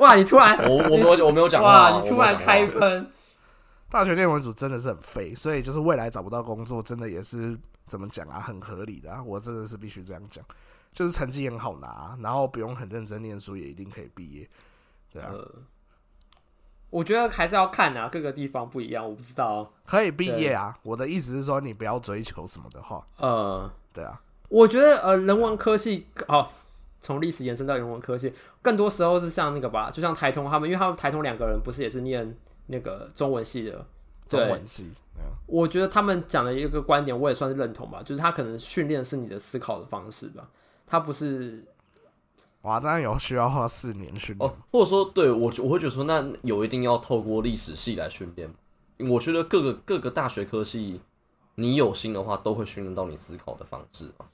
[SPEAKER 3] 哇，你突然
[SPEAKER 2] 我我没有我没有讲话
[SPEAKER 3] 哇，
[SPEAKER 2] 啊，
[SPEAKER 3] 你突然
[SPEAKER 2] 我没有讲话
[SPEAKER 3] 开喷，
[SPEAKER 1] 大学念文组真的是很废，所以就是未来找不到工作，真的也是怎么讲啊，很合理的、啊。我真的是必须这样讲，就是成绩很好拿，然后不用很认真念书，也一定可以毕业。对啊，
[SPEAKER 3] 我觉得还是要看啊，各个地方不一样，我不知道。
[SPEAKER 1] 可以毕业啊。我的意思是说，你不要追求什么的话，
[SPEAKER 3] 呃，
[SPEAKER 1] 对啊，
[SPEAKER 3] 我觉得呃，人文科系哦，从历史延伸到人文科系，更多时候是像那个吧，就像台通他们，因为他们台通两个人不是也是念那个中文系的，
[SPEAKER 1] 中
[SPEAKER 3] 对
[SPEAKER 1] 文系，嗯
[SPEAKER 3] 我觉得他们讲的一个观点，我也算是认同吧，就是他可能训练是你的思考的方式吧，他不是嗯
[SPEAKER 1] 哇，当然有需要花四年训练
[SPEAKER 2] 哦，或者说，对我我会觉得说，那有一定要透过历史系来训练。我觉得各个各个大学科系，你有心的话，都会训练到你思考的方式嘛。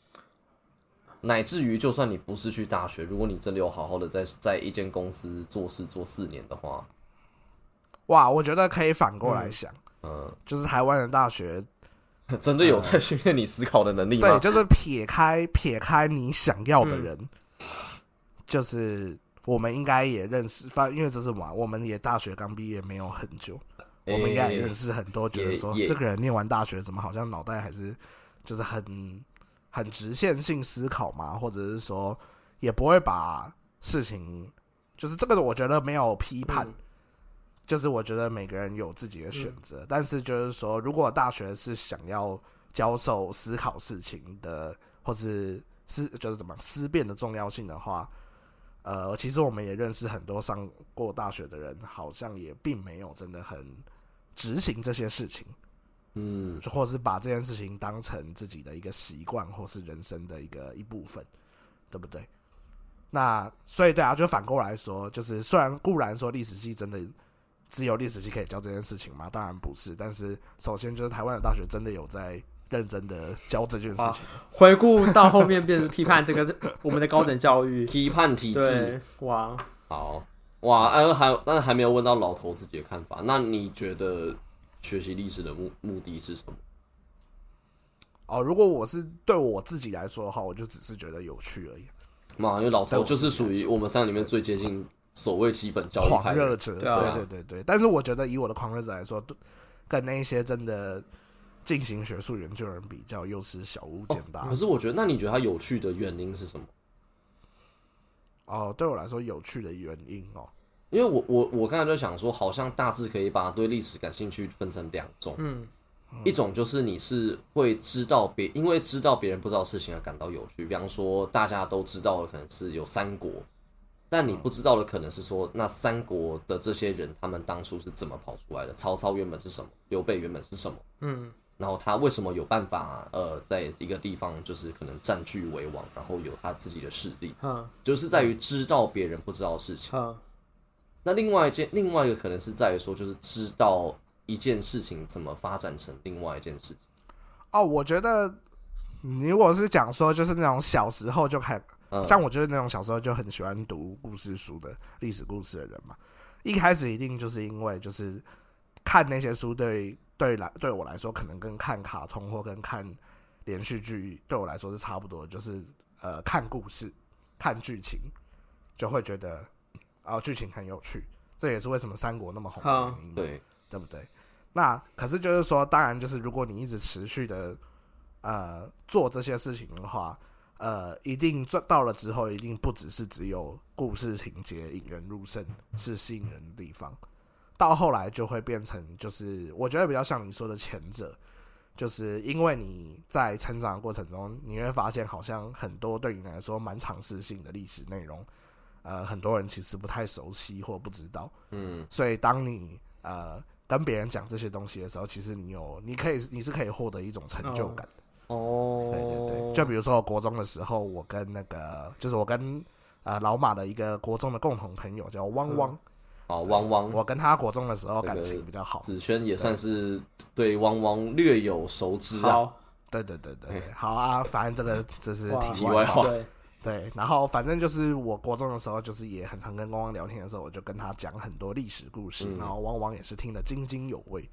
[SPEAKER 2] 乃至于，就算你不是去大学，如果你真的有好好的在在一间公司做事做四年的话，
[SPEAKER 1] 哇，我觉得可以反过来想，
[SPEAKER 2] 嗯，
[SPEAKER 1] 就是台湾的大学，
[SPEAKER 2] 真的有在训练你思考的能力吗？
[SPEAKER 1] 对，就是撇开撇开你想要的人，
[SPEAKER 2] 嗯
[SPEAKER 1] 就是我们应该也认识，反因为这是嘛，我们也大学刚毕业没有很久，
[SPEAKER 2] 诶
[SPEAKER 1] 我们应该也认识很多，觉得
[SPEAKER 2] 也
[SPEAKER 1] 说
[SPEAKER 2] 也
[SPEAKER 1] 这个人念完大学怎么好像脑袋还是就是很很直线性思考嘛，或者是说也不会把事情，就是这个我觉得没有批判，
[SPEAKER 3] 嗯
[SPEAKER 1] 就是我觉得每个人有自己的选择，但是就是说，如果大学是想要教授思考事情的，或是思就是怎么样思辨的重要性的话，呃，其实我们也认识很多上过大学的人，好像也并没有真的很执行这些事情，
[SPEAKER 2] 嗯，
[SPEAKER 1] 或是把这件事情当成自己的一个习惯，或是人生的一个一部分，对不对？那所以对啊，就反过来说，就是虽然固然说历史系真的只有历史系可以教这件事情嘛，当然不是。但是首先就是台湾的大学真的有在认真的教这件事情，
[SPEAKER 3] 回顾到后面变成批判这个 我们的高等教育，
[SPEAKER 2] 批判体制，
[SPEAKER 3] 对，哇，
[SPEAKER 2] 好哇，哎，还有，但是还没有问到老头自己的看法。那你觉得学习历史的目目的是什么？
[SPEAKER 1] 哦，如果我是对我自己来说的话，我就只是觉得有趣而已，
[SPEAKER 2] 嘛，因为老
[SPEAKER 1] 在
[SPEAKER 2] 头
[SPEAKER 1] 我
[SPEAKER 2] 就是属于我们三个里面最接近所谓基本教育
[SPEAKER 1] 狂
[SPEAKER 2] 派
[SPEAKER 1] 热
[SPEAKER 2] 的。
[SPEAKER 1] 者，
[SPEAKER 3] 对啊
[SPEAKER 1] 对对对对。但是我觉得以我的狂热者来说，对跟那一些真的进行学术研究的人比较，又是小巫见大
[SPEAKER 2] 可
[SPEAKER 1] 巫。
[SPEAKER 2] 是我觉得，那哦你觉得它有趣的原因是什么？
[SPEAKER 1] 哦，对我来说有趣的原因哦，
[SPEAKER 2] 因为我我我刚才就想说，好像大致可以把对历史感兴趣分成两种，
[SPEAKER 3] 嗯，
[SPEAKER 2] 一种就是你是会知道别，因为知道别人不知道的事情而感到有趣，比方说大家都知道的可能是有三国，但你不知道的可能是说那三国的这些人他们当初是怎么跑出来的，曹操原本是什么，刘备原本是什么，
[SPEAKER 3] 嗯，
[SPEAKER 2] 然后他为什么有办法呃在一个地方就是可能占据为王，然后有他自己的势力，
[SPEAKER 3] 哼
[SPEAKER 2] 就是在于知道别人不知道的事情。
[SPEAKER 3] 哼，
[SPEAKER 2] 那另外一件，另外一个可能是在于说，就是知道一件事情怎么发展成另外一件事情。
[SPEAKER 1] 哦，我觉得你如果是讲说就是那种小时候就看，
[SPEAKER 2] 嗯
[SPEAKER 1] 像我就是那种小时候就很喜欢读故事书的历史故事的人嘛，一开始一定就是因为就是看那些书对对来对我来说，可能跟看卡通或跟看连续剧对我来说是差不多的，就是呃看故事看剧情就会觉得啊、剧情很有趣，这也是为什么三国那么红的原因嘛。
[SPEAKER 2] 对，
[SPEAKER 1] 对不对？那可是就是说，当然就是如果你一直持续的呃做这些事情的话，呃，一定做到了之后，一定不只是只有故事情节引人入胜是吸引人的地方，到后来就会变成就是我觉得比较像你说的前者，就是因为你在成长的过程中，你会发现好像很多对你来说蛮常识性的历史内容，呃，很多人其实不太熟悉或不知道。
[SPEAKER 2] 嗯，
[SPEAKER 1] 所以当你呃跟别人讲这些东西的时候，其实你有，你可以，你是可以获得一种成就感的。
[SPEAKER 2] 哦，
[SPEAKER 1] 对对对，就比如说我国中的时候，我跟那个就是我跟呃老马的一个国中的共同朋友叫汪汪，
[SPEAKER 2] 好，汪汪，
[SPEAKER 1] 我跟他国中的时候
[SPEAKER 2] 这个
[SPEAKER 1] 感情比较好。
[SPEAKER 2] 子轩也算是对汪汪略有熟知啊。
[SPEAKER 3] 好，
[SPEAKER 1] 对对对对，对
[SPEAKER 2] 嗯
[SPEAKER 1] 好啊，反正这个这是
[SPEAKER 3] 哇
[SPEAKER 1] 题
[SPEAKER 2] 题外
[SPEAKER 1] 外
[SPEAKER 2] 话
[SPEAKER 1] 话。
[SPEAKER 3] 对，
[SPEAKER 1] 对，然后反正就是我国中的时候，就是也很常跟汪汪聊天的时候，我就跟他讲很多历史故事，
[SPEAKER 2] 嗯
[SPEAKER 1] 然后汪汪也是听得津津有味。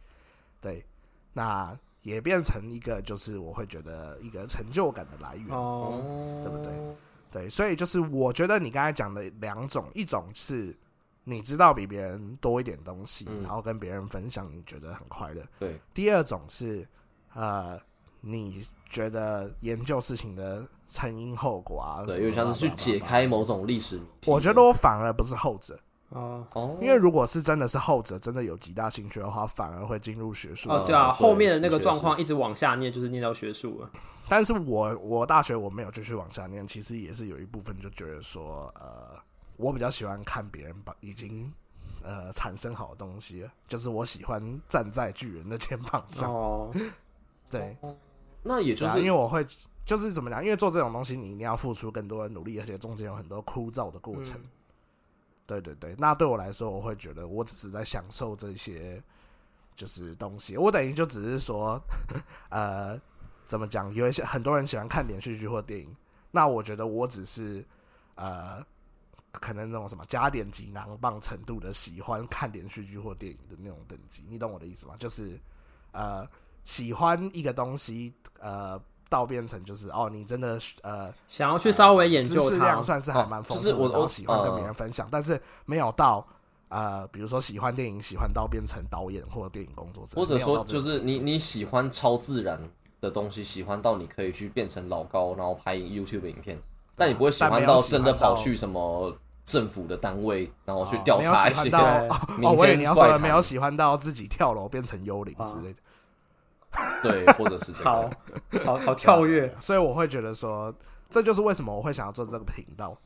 [SPEAKER 1] 对，那也变成一个就是我会觉得一个成就感的来源。
[SPEAKER 3] 哦，
[SPEAKER 2] 哦，
[SPEAKER 1] 对不对？对，所以就是我觉得你刚才讲的两种，一种是你知道比别人多一点东西，
[SPEAKER 2] 嗯
[SPEAKER 1] 然后跟别人分享，你觉得很快乐；
[SPEAKER 2] 对，
[SPEAKER 1] 第二种是呃，你觉得研究事情的成因后果啊，
[SPEAKER 2] 对，
[SPEAKER 1] 什
[SPEAKER 2] 有
[SPEAKER 1] 么
[SPEAKER 2] 点像是去
[SPEAKER 1] 吧吧吧
[SPEAKER 2] 解开某种历史谜题。
[SPEAKER 1] 我觉得我反而不是后者，
[SPEAKER 3] 哦
[SPEAKER 2] 哦
[SPEAKER 1] 因为如果是真的是后者真的有极大兴趣的话，反而会进入学术。
[SPEAKER 3] 哦，对
[SPEAKER 2] 对
[SPEAKER 3] 啊，后面的那个
[SPEAKER 2] 确实
[SPEAKER 3] 状况一直往下念，就是念到学术了。
[SPEAKER 1] 但是我我大学我没有继续往下念，其实也是有一部分就觉得说，呃，我比较喜欢看别人把已经呃产生好的东西了，就是我喜欢站在巨人的肩膀上。
[SPEAKER 3] 哦，
[SPEAKER 1] 对，
[SPEAKER 2] 那也
[SPEAKER 1] 对
[SPEAKER 2] 就
[SPEAKER 1] 啊
[SPEAKER 2] 是
[SPEAKER 1] 因为我会就是怎么讲，因为做这种东西你一定要付出更多的努力，而且中间有很多枯燥的过程。
[SPEAKER 3] 嗯
[SPEAKER 1] 对对对，那对我来说，我会觉得我只是在享受这些就是东西，我等于就只是说， 呃，怎么讲？有一些很多人喜欢看连续剧或电影，那我觉得我只是呃，可能那种什么加点级囊棒程度的喜欢看连续剧或电影的那种等级，你懂我的意思吗？就是呃，喜欢一个东西，呃。到变成就是哦，你真的呃
[SPEAKER 3] 想要去稍微研
[SPEAKER 1] 啊知
[SPEAKER 3] 究
[SPEAKER 1] 识
[SPEAKER 3] 它
[SPEAKER 1] 量，算是还蛮丰富的，
[SPEAKER 2] 哦就是我呃
[SPEAKER 1] 然后喜欢
[SPEAKER 2] 我
[SPEAKER 1] 跟别人分享，但是没有到呃，比如说喜欢电影，喜欢到变成导演或者电影工作者，
[SPEAKER 2] 或者
[SPEAKER 1] 没有
[SPEAKER 2] 说
[SPEAKER 1] 到这
[SPEAKER 2] 就
[SPEAKER 1] 种
[SPEAKER 2] 是你你喜欢超自然的东西，喜欢到你可以去变成老高，然后拍 YouTube 影片，但你不会喜
[SPEAKER 1] 但
[SPEAKER 2] 欢
[SPEAKER 1] 没有喜
[SPEAKER 2] 真
[SPEAKER 1] 欢
[SPEAKER 2] 的跑
[SPEAKER 1] 到
[SPEAKER 2] 去什么政府的单位，然后去
[SPEAKER 1] 哦
[SPEAKER 2] 调
[SPEAKER 1] 没有
[SPEAKER 2] 查
[SPEAKER 1] 喜
[SPEAKER 2] 一
[SPEAKER 1] 欢
[SPEAKER 2] 些
[SPEAKER 1] 到
[SPEAKER 3] 对
[SPEAKER 1] 哦，
[SPEAKER 2] 民
[SPEAKER 1] 哦我以为
[SPEAKER 2] 间
[SPEAKER 1] 你要
[SPEAKER 2] 怪
[SPEAKER 1] 说
[SPEAKER 2] 谈
[SPEAKER 1] 没有喜欢到自己跳楼变成幽灵之类的，
[SPEAKER 2] 对，或者是这
[SPEAKER 3] 好
[SPEAKER 2] 个。
[SPEAKER 3] 好 好跳跃。
[SPEAKER 1] 所以我会觉得
[SPEAKER 2] 啊
[SPEAKER 1] 说，这就是为什么我会想要做这个频道，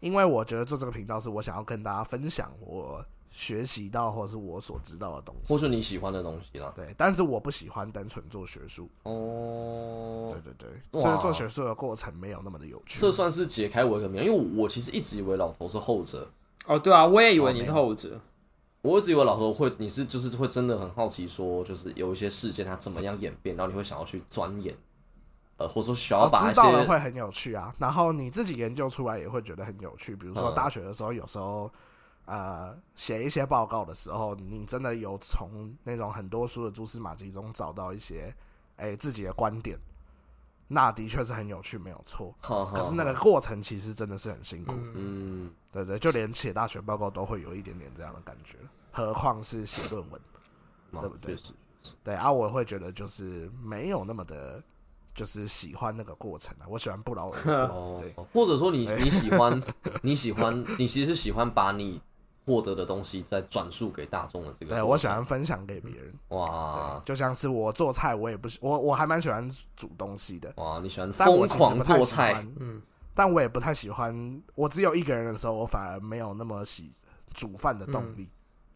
[SPEAKER 1] 因为我觉得做这个频道是我想要跟大家分享我学习到或者是我所知道的东
[SPEAKER 2] 或
[SPEAKER 1] 西。
[SPEAKER 2] 是你喜欢的东西啦。
[SPEAKER 1] 对，但是我不喜欢单纯做学术，
[SPEAKER 2] 哦
[SPEAKER 1] 对，对对，
[SPEAKER 2] 哇
[SPEAKER 1] 就是做学术的过程没有那么的有趣。
[SPEAKER 2] 这算是解开我一个谜，因为我其实一直以为老头是后者，
[SPEAKER 3] 哦，对啊，我也以为你是后者。
[SPEAKER 2] 我一直以为老头会你是就是会真的很好奇说，就是有一些事件它怎么样演变，然后你会想要去钻研，呃，或者说想要
[SPEAKER 1] 我
[SPEAKER 2] 把
[SPEAKER 1] 哦知
[SPEAKER 2] 一
[SPEAKER 1] 道了
[SPEAKER 2] 些
[SPEAKER 1] 会很有趣啊，然后你自己研究出来也会觉得很有趣。比如说
[SPEAKER 2] 嗯
[SPEAKER 1] 大学的时候，有时候呃写一些报告的时候，你真的有从那种很多书的蛛丝马迹中找到一些哎、自己的观点，那的确是很有趣，没有错。
[SPEAKER 2] 哈哈，
[SPEAKER 1] 可是那个过程其实真的是很辛苦，
[SPEAKER 2] 嗯，
[SPEAKER 1] 对对，就连写大学报告都会有一点点这样的感觉了，何况是写论文。
[SPEAKER 2] 嘛
[SPEAKER 1] 对不对
[SPEAKER 2] 确实
[SPEAKER 1] 对啊，我会觉得就是没有那么的，就是喜欢那个过程啊。我喜欢不劳而获。
[SPEAKER 2] 哦
[SPEAKER 1] 对，
[SPEAKER 2] 或者说你你喜 欢你喜欢你其实是喜欢把你获得的东西再转述给大众的这个过程，
[SPEAKER 1] 对，我喜欢分享给别人。
[SPEAKER 2] 哇
[SPEAKER 1] 对，就像是我做菜，我也不喜我我还蛮喜欢煮东西的，
[SPEAKER 2] 哇，你喜欢
[SPEAKER 1] 但
[SPEAKER 2] 疯
[SPEAKER 1] 我其实
[SPEAKER 2] 狂
[SPEAKER 1] 不太
[SPEAKER 2] 做
[SPEAKER 1] 喜
[SPEAKER 2] 菜
[SPEAKER 1] 欢。嗯，但我也不太喜欢。我只有一个人的时候，我反而没有那么喜煮饭的动力，
[SPEAKER 3] 嗯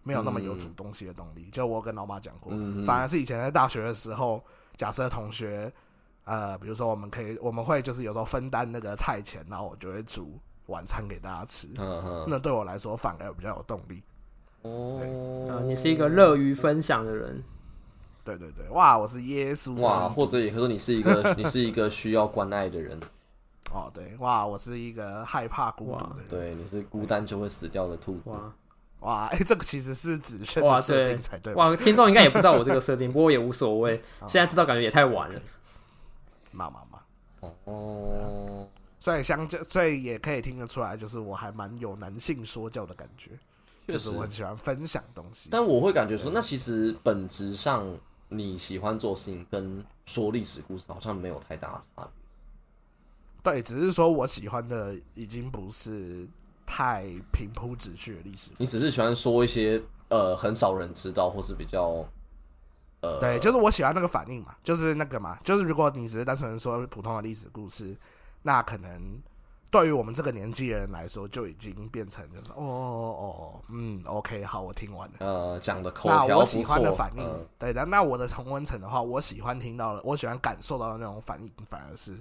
[SPEAKER 1] 没有那么有煮东西的动力。就我跟老妈讲过，
[SPEAKER 2] 嗯
[SPEAKER 1] 反而是以前在大学的时候，假设同学。呃，比如说我们可以，我们会就是有时候分担那个菜钱，然后我就会煮晚餐给大家吃。
[SPEAKER 2] 嗯哼。
[SPEAKER 1] 那对我来说反而比较有动力。
[SPEAKER 3] 啊
[SPEAKER 2] 哦，，
[SPEAKER 3] 你是一个乐于分享的人。
[SPEAKER 1] 对对对，哇，我嗯是耶稣基督
[SPEAKER 2] 哇，或者也可以说你是一 个你是一个需要关爱的人，
[SPEAKER 1] 哦，对，哇，我是一个害怕孤独的人。
[SPEAKER 2] 对，你是孤单就会死掉的兔子。
[SPEAKER 3] 哇
[SPEAKER 1] 哇，哎、这个其实是子炫
[SPEAKER 3] 哇，
[SPEAKER 1] 的设
[SPEAKER 3] 对
[SPEAKER 1] 定才对吧？
[SPEAKER 3] 哇，听众应该也不知道我这个设定，不过也无 所谓。现在知道感觉也太晚了。
[SPEAKER 1] 嘛嘛嘛，
[SPEAKER 2] 哦，
[SPEAKER 1] 所以相较，所以也可以听得出来，就是我还蛮有男性说教的感觉，
[SPEAKER 2] 确
[SPEAKER 1] 就是
[SPEAKER 2] 实
[SPEAKER 1] 我。很喜欢分享东西。
[SPEAKER 2] 但我会感觉说，那其实本质上你喜欢做的事情跟说历史故事好像没有太大的差别。
[SPEAKER 1] 对，只是说我喜欢的已经不是太平铺直叙的历史。
[SPEAKER 2] 你只是喜欢说一些呃很少人知道或是比较呃
[SPEAKER 1] 对，就是我喜欢那个反应嘛，就是那个嘛，就是如果你只是单纯说普通的历史故事，那可能对于我们这个年纪的人来说，就已经变成就是哦哦哦哦，嗯，OK，好，我听完了。
[SPEAKER 2] 呃讲的口
[SPEAKER 1] 那
[SPEAKER 2] 条
[SPEAKER 1] 我
[SPEAKER 2] 不
[SPEAKER 1] 喜欢的
[SPEAKER 2] 错
[SPEAKER 1] 反应，
[SPEAKER 2] 呃
[SPEAKER 1] 对的。那我的同温层的话，我喜欢听到的，我喜欢感受到的那种反应，反而是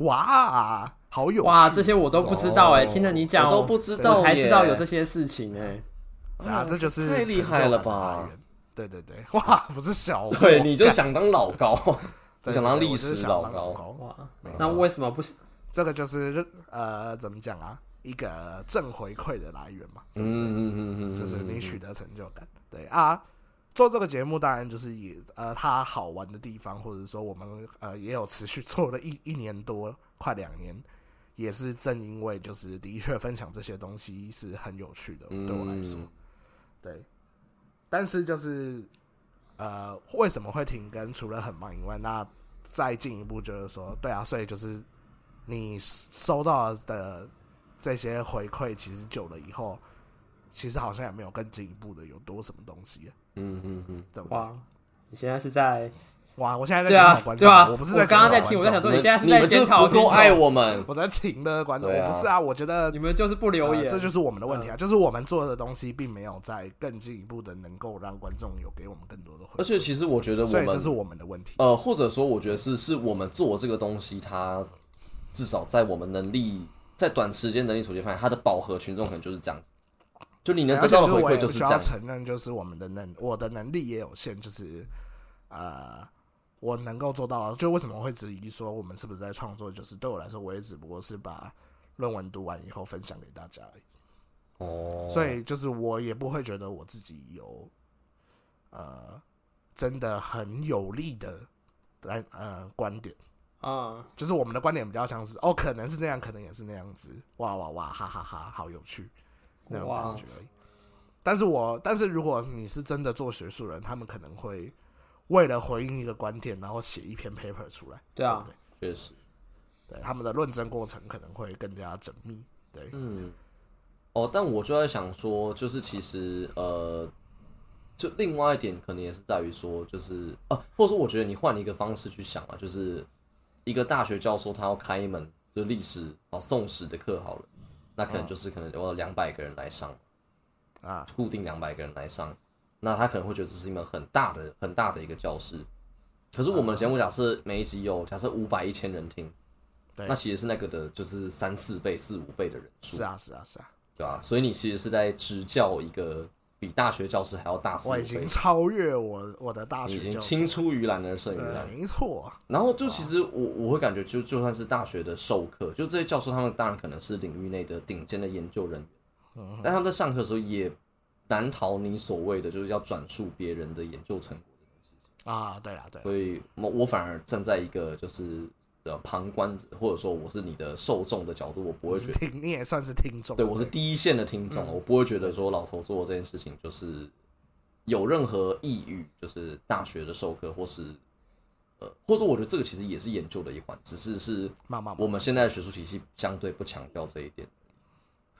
[SPEAKER 1] 哇，好有
[SPEAKER 3] 哇，
[SPEAKER 1] 趣
[SPEAKER 3] 这些我都不知道 哎，
[SPEAKER 2] 哦
[SPEAKER 3] 听着你讲，
[SPEAKER 2] 我都不知道耶，
[SPEAKER 3] 我才知道有这些事情哎。
[SPEAKER 1] 啊，这就是
[SPEAKER 2] 太厉
[SPEAKER 1] 成就
[SPEAKER 2] 害
[SPEAKER 1] 感
[SPEAKER 2] 了
[SPEAKER 1] 的
[SPEAKER 2] 吧
[SPEAKER 1] 来源？对对对，哇，不是小我，
[SPEAKER 2] 对，你就想当老高，
[SPEAKER 1] 对
[SPEAKER 2] 你想当
[SPEAKER 1] 对对
[SPEAKER 2] 历
[SPEAKER 1] 我就是
[SPEAKER 2] 史
[SPEAKER 1] 想
[SPEAKER 2] 老
[SPEAKER 1] 当
[SPEAKER 2] 高。
[SPEAKER 1] 高
[SPEAKER 3] 哇
[SPEAKER 1] 没，
[SPEAKER 3] 那为什么不是？
[SPEAKER 1] 这个就是呃，怎么讲啊？一个正回馈的来源嘛，
[SPEAKER 2] 嗯嗯嗯嗯，
[SPEAKER 1] 就是你
[SPEAKER 2] 嗯
[SPEAKER 1] 取得成就感。对啊，做这个节目当然就是以呃它好玩的地方，或者说我们呃也有持续做了一一年多，快两年，也是正因为就是的确分享这些东西是很有趣的，对我来说，
[SPEAKER 2] 嗯
[SPEAKER 1] 对。但是就是呃为什么会停更？除了很忙以外，那再进一步就是说，对啊，所以就是你收到的这些回馈，其实久了以后，其实好像也没有更进一步的有多什么东西，啊
[SPEAKER 2] 嗯嗯嗯，
[SPEAKER 1] 对不对？
[SPEAKER 3] 哇，你现在是在
[SPEAKER 1] 哇，我现在在
[SPEAKER 3] 对
[SPEAKER 1] 检
[SPEAKER 3] 啊
[SPEAKER 1] 讨观
[SPEAKER 3] 对
[SPEAKER 1] 众，
[SPEAKER 3] 啊
[SPEAKER 1] 我不是
[SPEAKER 3] 我
[SPEAKER 1] 在
[SPEAKER 3] 刚刚在
[SPEAKER 1] 检讨
[SPEAKER 3] 听我
[SPEAKER 1] 观
[SPEAKER 3] 在想
[SPEAKER 1] 众
[SPEAKER 3] 说你现在是
[SPEAKER 2] 你
[SPEAKER 3] 在
[SPEAKER 2] 们就是
[SPEAKER 3] 检
[SPEAKER 2] 不
[SPEAKER 3] 讨
[SPEAKER 2] 够
[SPEAKER 3] 听众
[SPEAKER 2] 爱我们，
[SPEAKER 1] 我在请的观众，
[SPEAKER 2] 对啊
[SPEAKER 1] 我不是啊，我觉得
[SPEAKER 3] 你们就是不留
[SPEAKER 1] 呃
[SPEAKER 3] 言，
[SPEAKER 1] 这就是我们的问题
[SPEAKER 2] 嗯
[SPEAKER 1] 啊，就是我们做的东西并没有在更进一步的能够让观众有给我们更多的回
[SPEAKER 2] 而且其实我觉得
[SPEAKER 1] 馈，
[SPEAKER 2] 我
[SPEAKER 1] 所以
[SPEAKER 2] 们
[SPEAKER 1] 这是我们的问题。
[SPEAKER 2] 呃，或者说，我觉得是是我们做这个东西，它至少在我们能力在短时间能力所及范围，它的饱和群众可能就是这样子，就你能
[SPEAKER 1] 而
[SPEAKER 2] 得
[SPEAKER 1] 且
[SPEAKER 2] 到
[SPEAKER 1] 就
[SPEAKER 2] 的
[SPEAKER 1] 是
[SPEAKER 2] 回
[SPEAKER 1] 我
[SPEAKER 2] 馈
[SPEAKER 1] 也
[SPEAKER 2] 就
[SPEAKER 1] 不
[SPEAKER 2] 是这
[SPEAKER 1] 需要
[SPEAKER 2] 样子。
[SPEAKER 1] 承认，就是我们的能，我的能力也有限，就是呃，我能够做到的，就为什么会质疑说我们是不是在创作？就是对我来说，我也只不过是把论文读完以后分享给大家而已，
[SPEAKER 2] 哦，
[SPEAKER 1] 所以就是我也不会觉得我自己有呃真的很有力的来呃观点。
[SPEAKER 3] 啊，
[SPEAKER 1] 就是我们的观点比较像是哦，可能是那样，可能也是那样子，哇哇哇，哈哈哈好有趣那种
[SPEAKER 3] 哇
[SPEAKER 1] 感觉而已。但是我，但是如果你是真的做学术人，他们可能会为了回应一个观点，然后写一篇 paper 出来，
[SPEAKER 3] 对啊
[SPEAKER 1] 对不
[SPEAKER 2] 确实，
[SPEAKER 1] 对？对，他们的论证过程可能会更加缜密，对，
[SPEAKER 2] 嗯，哦，但我就在想说，就是其实呃，就另外一点可能也是在于说，就是呃，或者说我觉得你换一个方式去想啊，就是一个大学教授他要开一门就历史啊宋史的课好了，那可能就是可能有两百个人来上。
[SPEAKER 1] 嗯啊，
[SPEAKER 2] 固定两百个人来上，那他可能会觉得这是一门很大的、很大的一个教室。可是我们的
[SPEAKER 1] 嗯
[SPEAKER 2] 节目假设每一集有假设五百一千人听，
[SPEAKER 1] 对
[SPEAKER 2] 那其实是那个的就是三四倍、四五倍的人数，
[SPEAKER 1] 是啊，是啊，是啊，
[SPEAKER 2] 对吧、所以你其实是在执教一个比大学教室还要大四五
[SPEAKER 1] 我
[SPEAKER 2] 倍
[SPEAKER 1] 已，经超越我我的大
[SPEAKER 2] 你已
[SPEAKER 1] 学
[SPEAKER 2] 经
[SPEAKER 1] 教
[SPEAKER 2] 青
[SPEAKER 1] 授，
[SPEAKER 2] 出于蓝而胜于蓝。
[SPEAKER 1] 没错，
[SPEAKER 2] 然后就其实我我会感觉就就算是大学的授课，就这些教授他们当然可能是领域内的顶尖的研究人
[SPEAKER 1] 嗯
[SPEAKER 2] 员，但他们在上课的时候也难逃你所谓的就是要转述别人的研究成果，
[SPEAKER 1] 啊，对啦，对啦，
[SPEAKER 2] 所以我我反而站在一个就是呃旁观者，或者说我是你的受众的角度，我不会觉
[SPEAKER 1] 是
[SPEAKER 2] 得
[SPEAKER 1] 听你也算是听众，
[SPEAKER 2] 对我是第一线的听
[SPEAKER 1] 嗯
[SPEAKER 2] 众，我不会觉得说老头做的这件事情就是有任何异于就是大学的授课或是。呃，或者我觉得这个其实也是研究的一环，只是是
[SPEAKER 1] 慢慢
[SPEAKER 2] 我们现在的学术体系相对不强调这一点，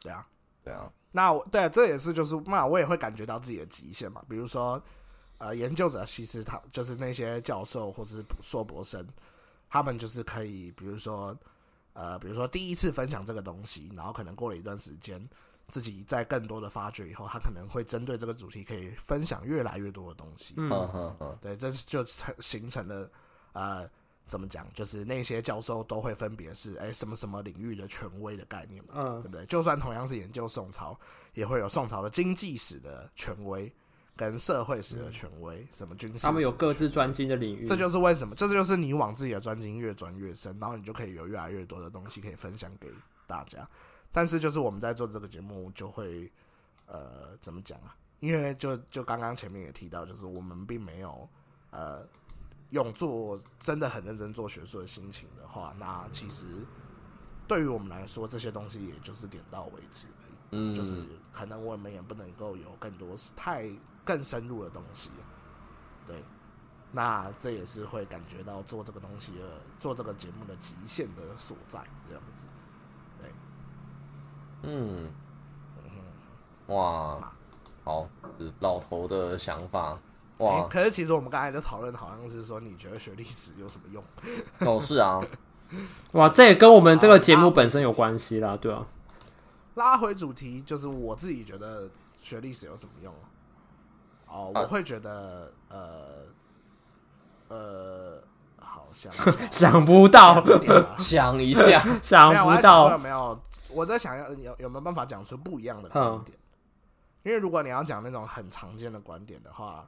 [SPEAKER 1] 对啊，
[SPEAKER 2] 对啊，
[SPEAKER 1] 那我对，这也是就是那我也会感觉到自己的极限嘛。比如说，呃，研究者其实他就是那些教授或是硕博生，他们就是可以，比如说，呃，比如说第一次分享这个东西，然后可能过了一段时间，自己在更多的发掘以后，他可能会针对这个主题可以分享越来越多的东西。
[SPEAKER 3] 嗯
[SPEAKER 2] 嗯哼哼，
[SPEAKER 1] 对，这是就成形成了呃，怎么讲？就是那些教授都会分别是哎什么什么领域的权威的概念嘛，
[SPEAKER 3] 嗯
[SPEAKER 1] 对不对？就算同样是研究宋朝，也会有宋朝的经济史的权威跟社会史的权威，什么军事史的权威，
[SPEAKER 3] 嗯他们有各自专精的领域，
[SPEAKER 1] 这就是为什么，这就是你往自己的专精越钻越深，然后你就可以有越来越多的东西可以分享给大家。但是就是我们在做这个节目，就会呃怎么讲啊？因为就就刚刚前面也提到，就是我们并没有呃用做真的很认真做学术的心情的话，那其实对于我们来说，这些东西也就是点到为止而已。
[SPEAKER 2] 嗯，
[SPEAKER 1] 就是可能我们也不能够有更多太更深入的东西，对。那这也是会感觉到做这个东西的做这个节目的极限的所在，这样子。
[SPEAKER 2] 嗯，
[SPEAKER 1] 嗯
[SPEAKER 2] 哇，好，呃老头的想法，
[SPEAKER 1] 诶
[SPEAKER 2] 哇，
[SPEAKER 1] 可是其实我们刚才的讨论好像是说，你觉得学历史有什么用？
[SPEAKER 2] 哦是 啊，
[SPEAKER 3] 哇，这也跟我们这个节目本身有关系啦，对啊，
[SPEAKER 1] 拉回主题，就是我自己觉得学历史有什么用啊？哦，
[SPEAKER 2] 啊
[SPEAKER 1] 我会觉得，呃，呃，好 像
[SPEAKER 3] 想 不到，
[SPEAKER 1] 啊
[SPEAKER 2] 想一下，
[SPEAKER 3] 想
[SPEAKER 1] 没有，我
[SPEAKER 3] 不
[SPEAKER 1] 在想说有
[SPEAKER 3] 到，
[SPEAKER 1] 没有，我在想要有有没有办法讲出不一样的观点。因为如果你要讲那种很常见的观点的话，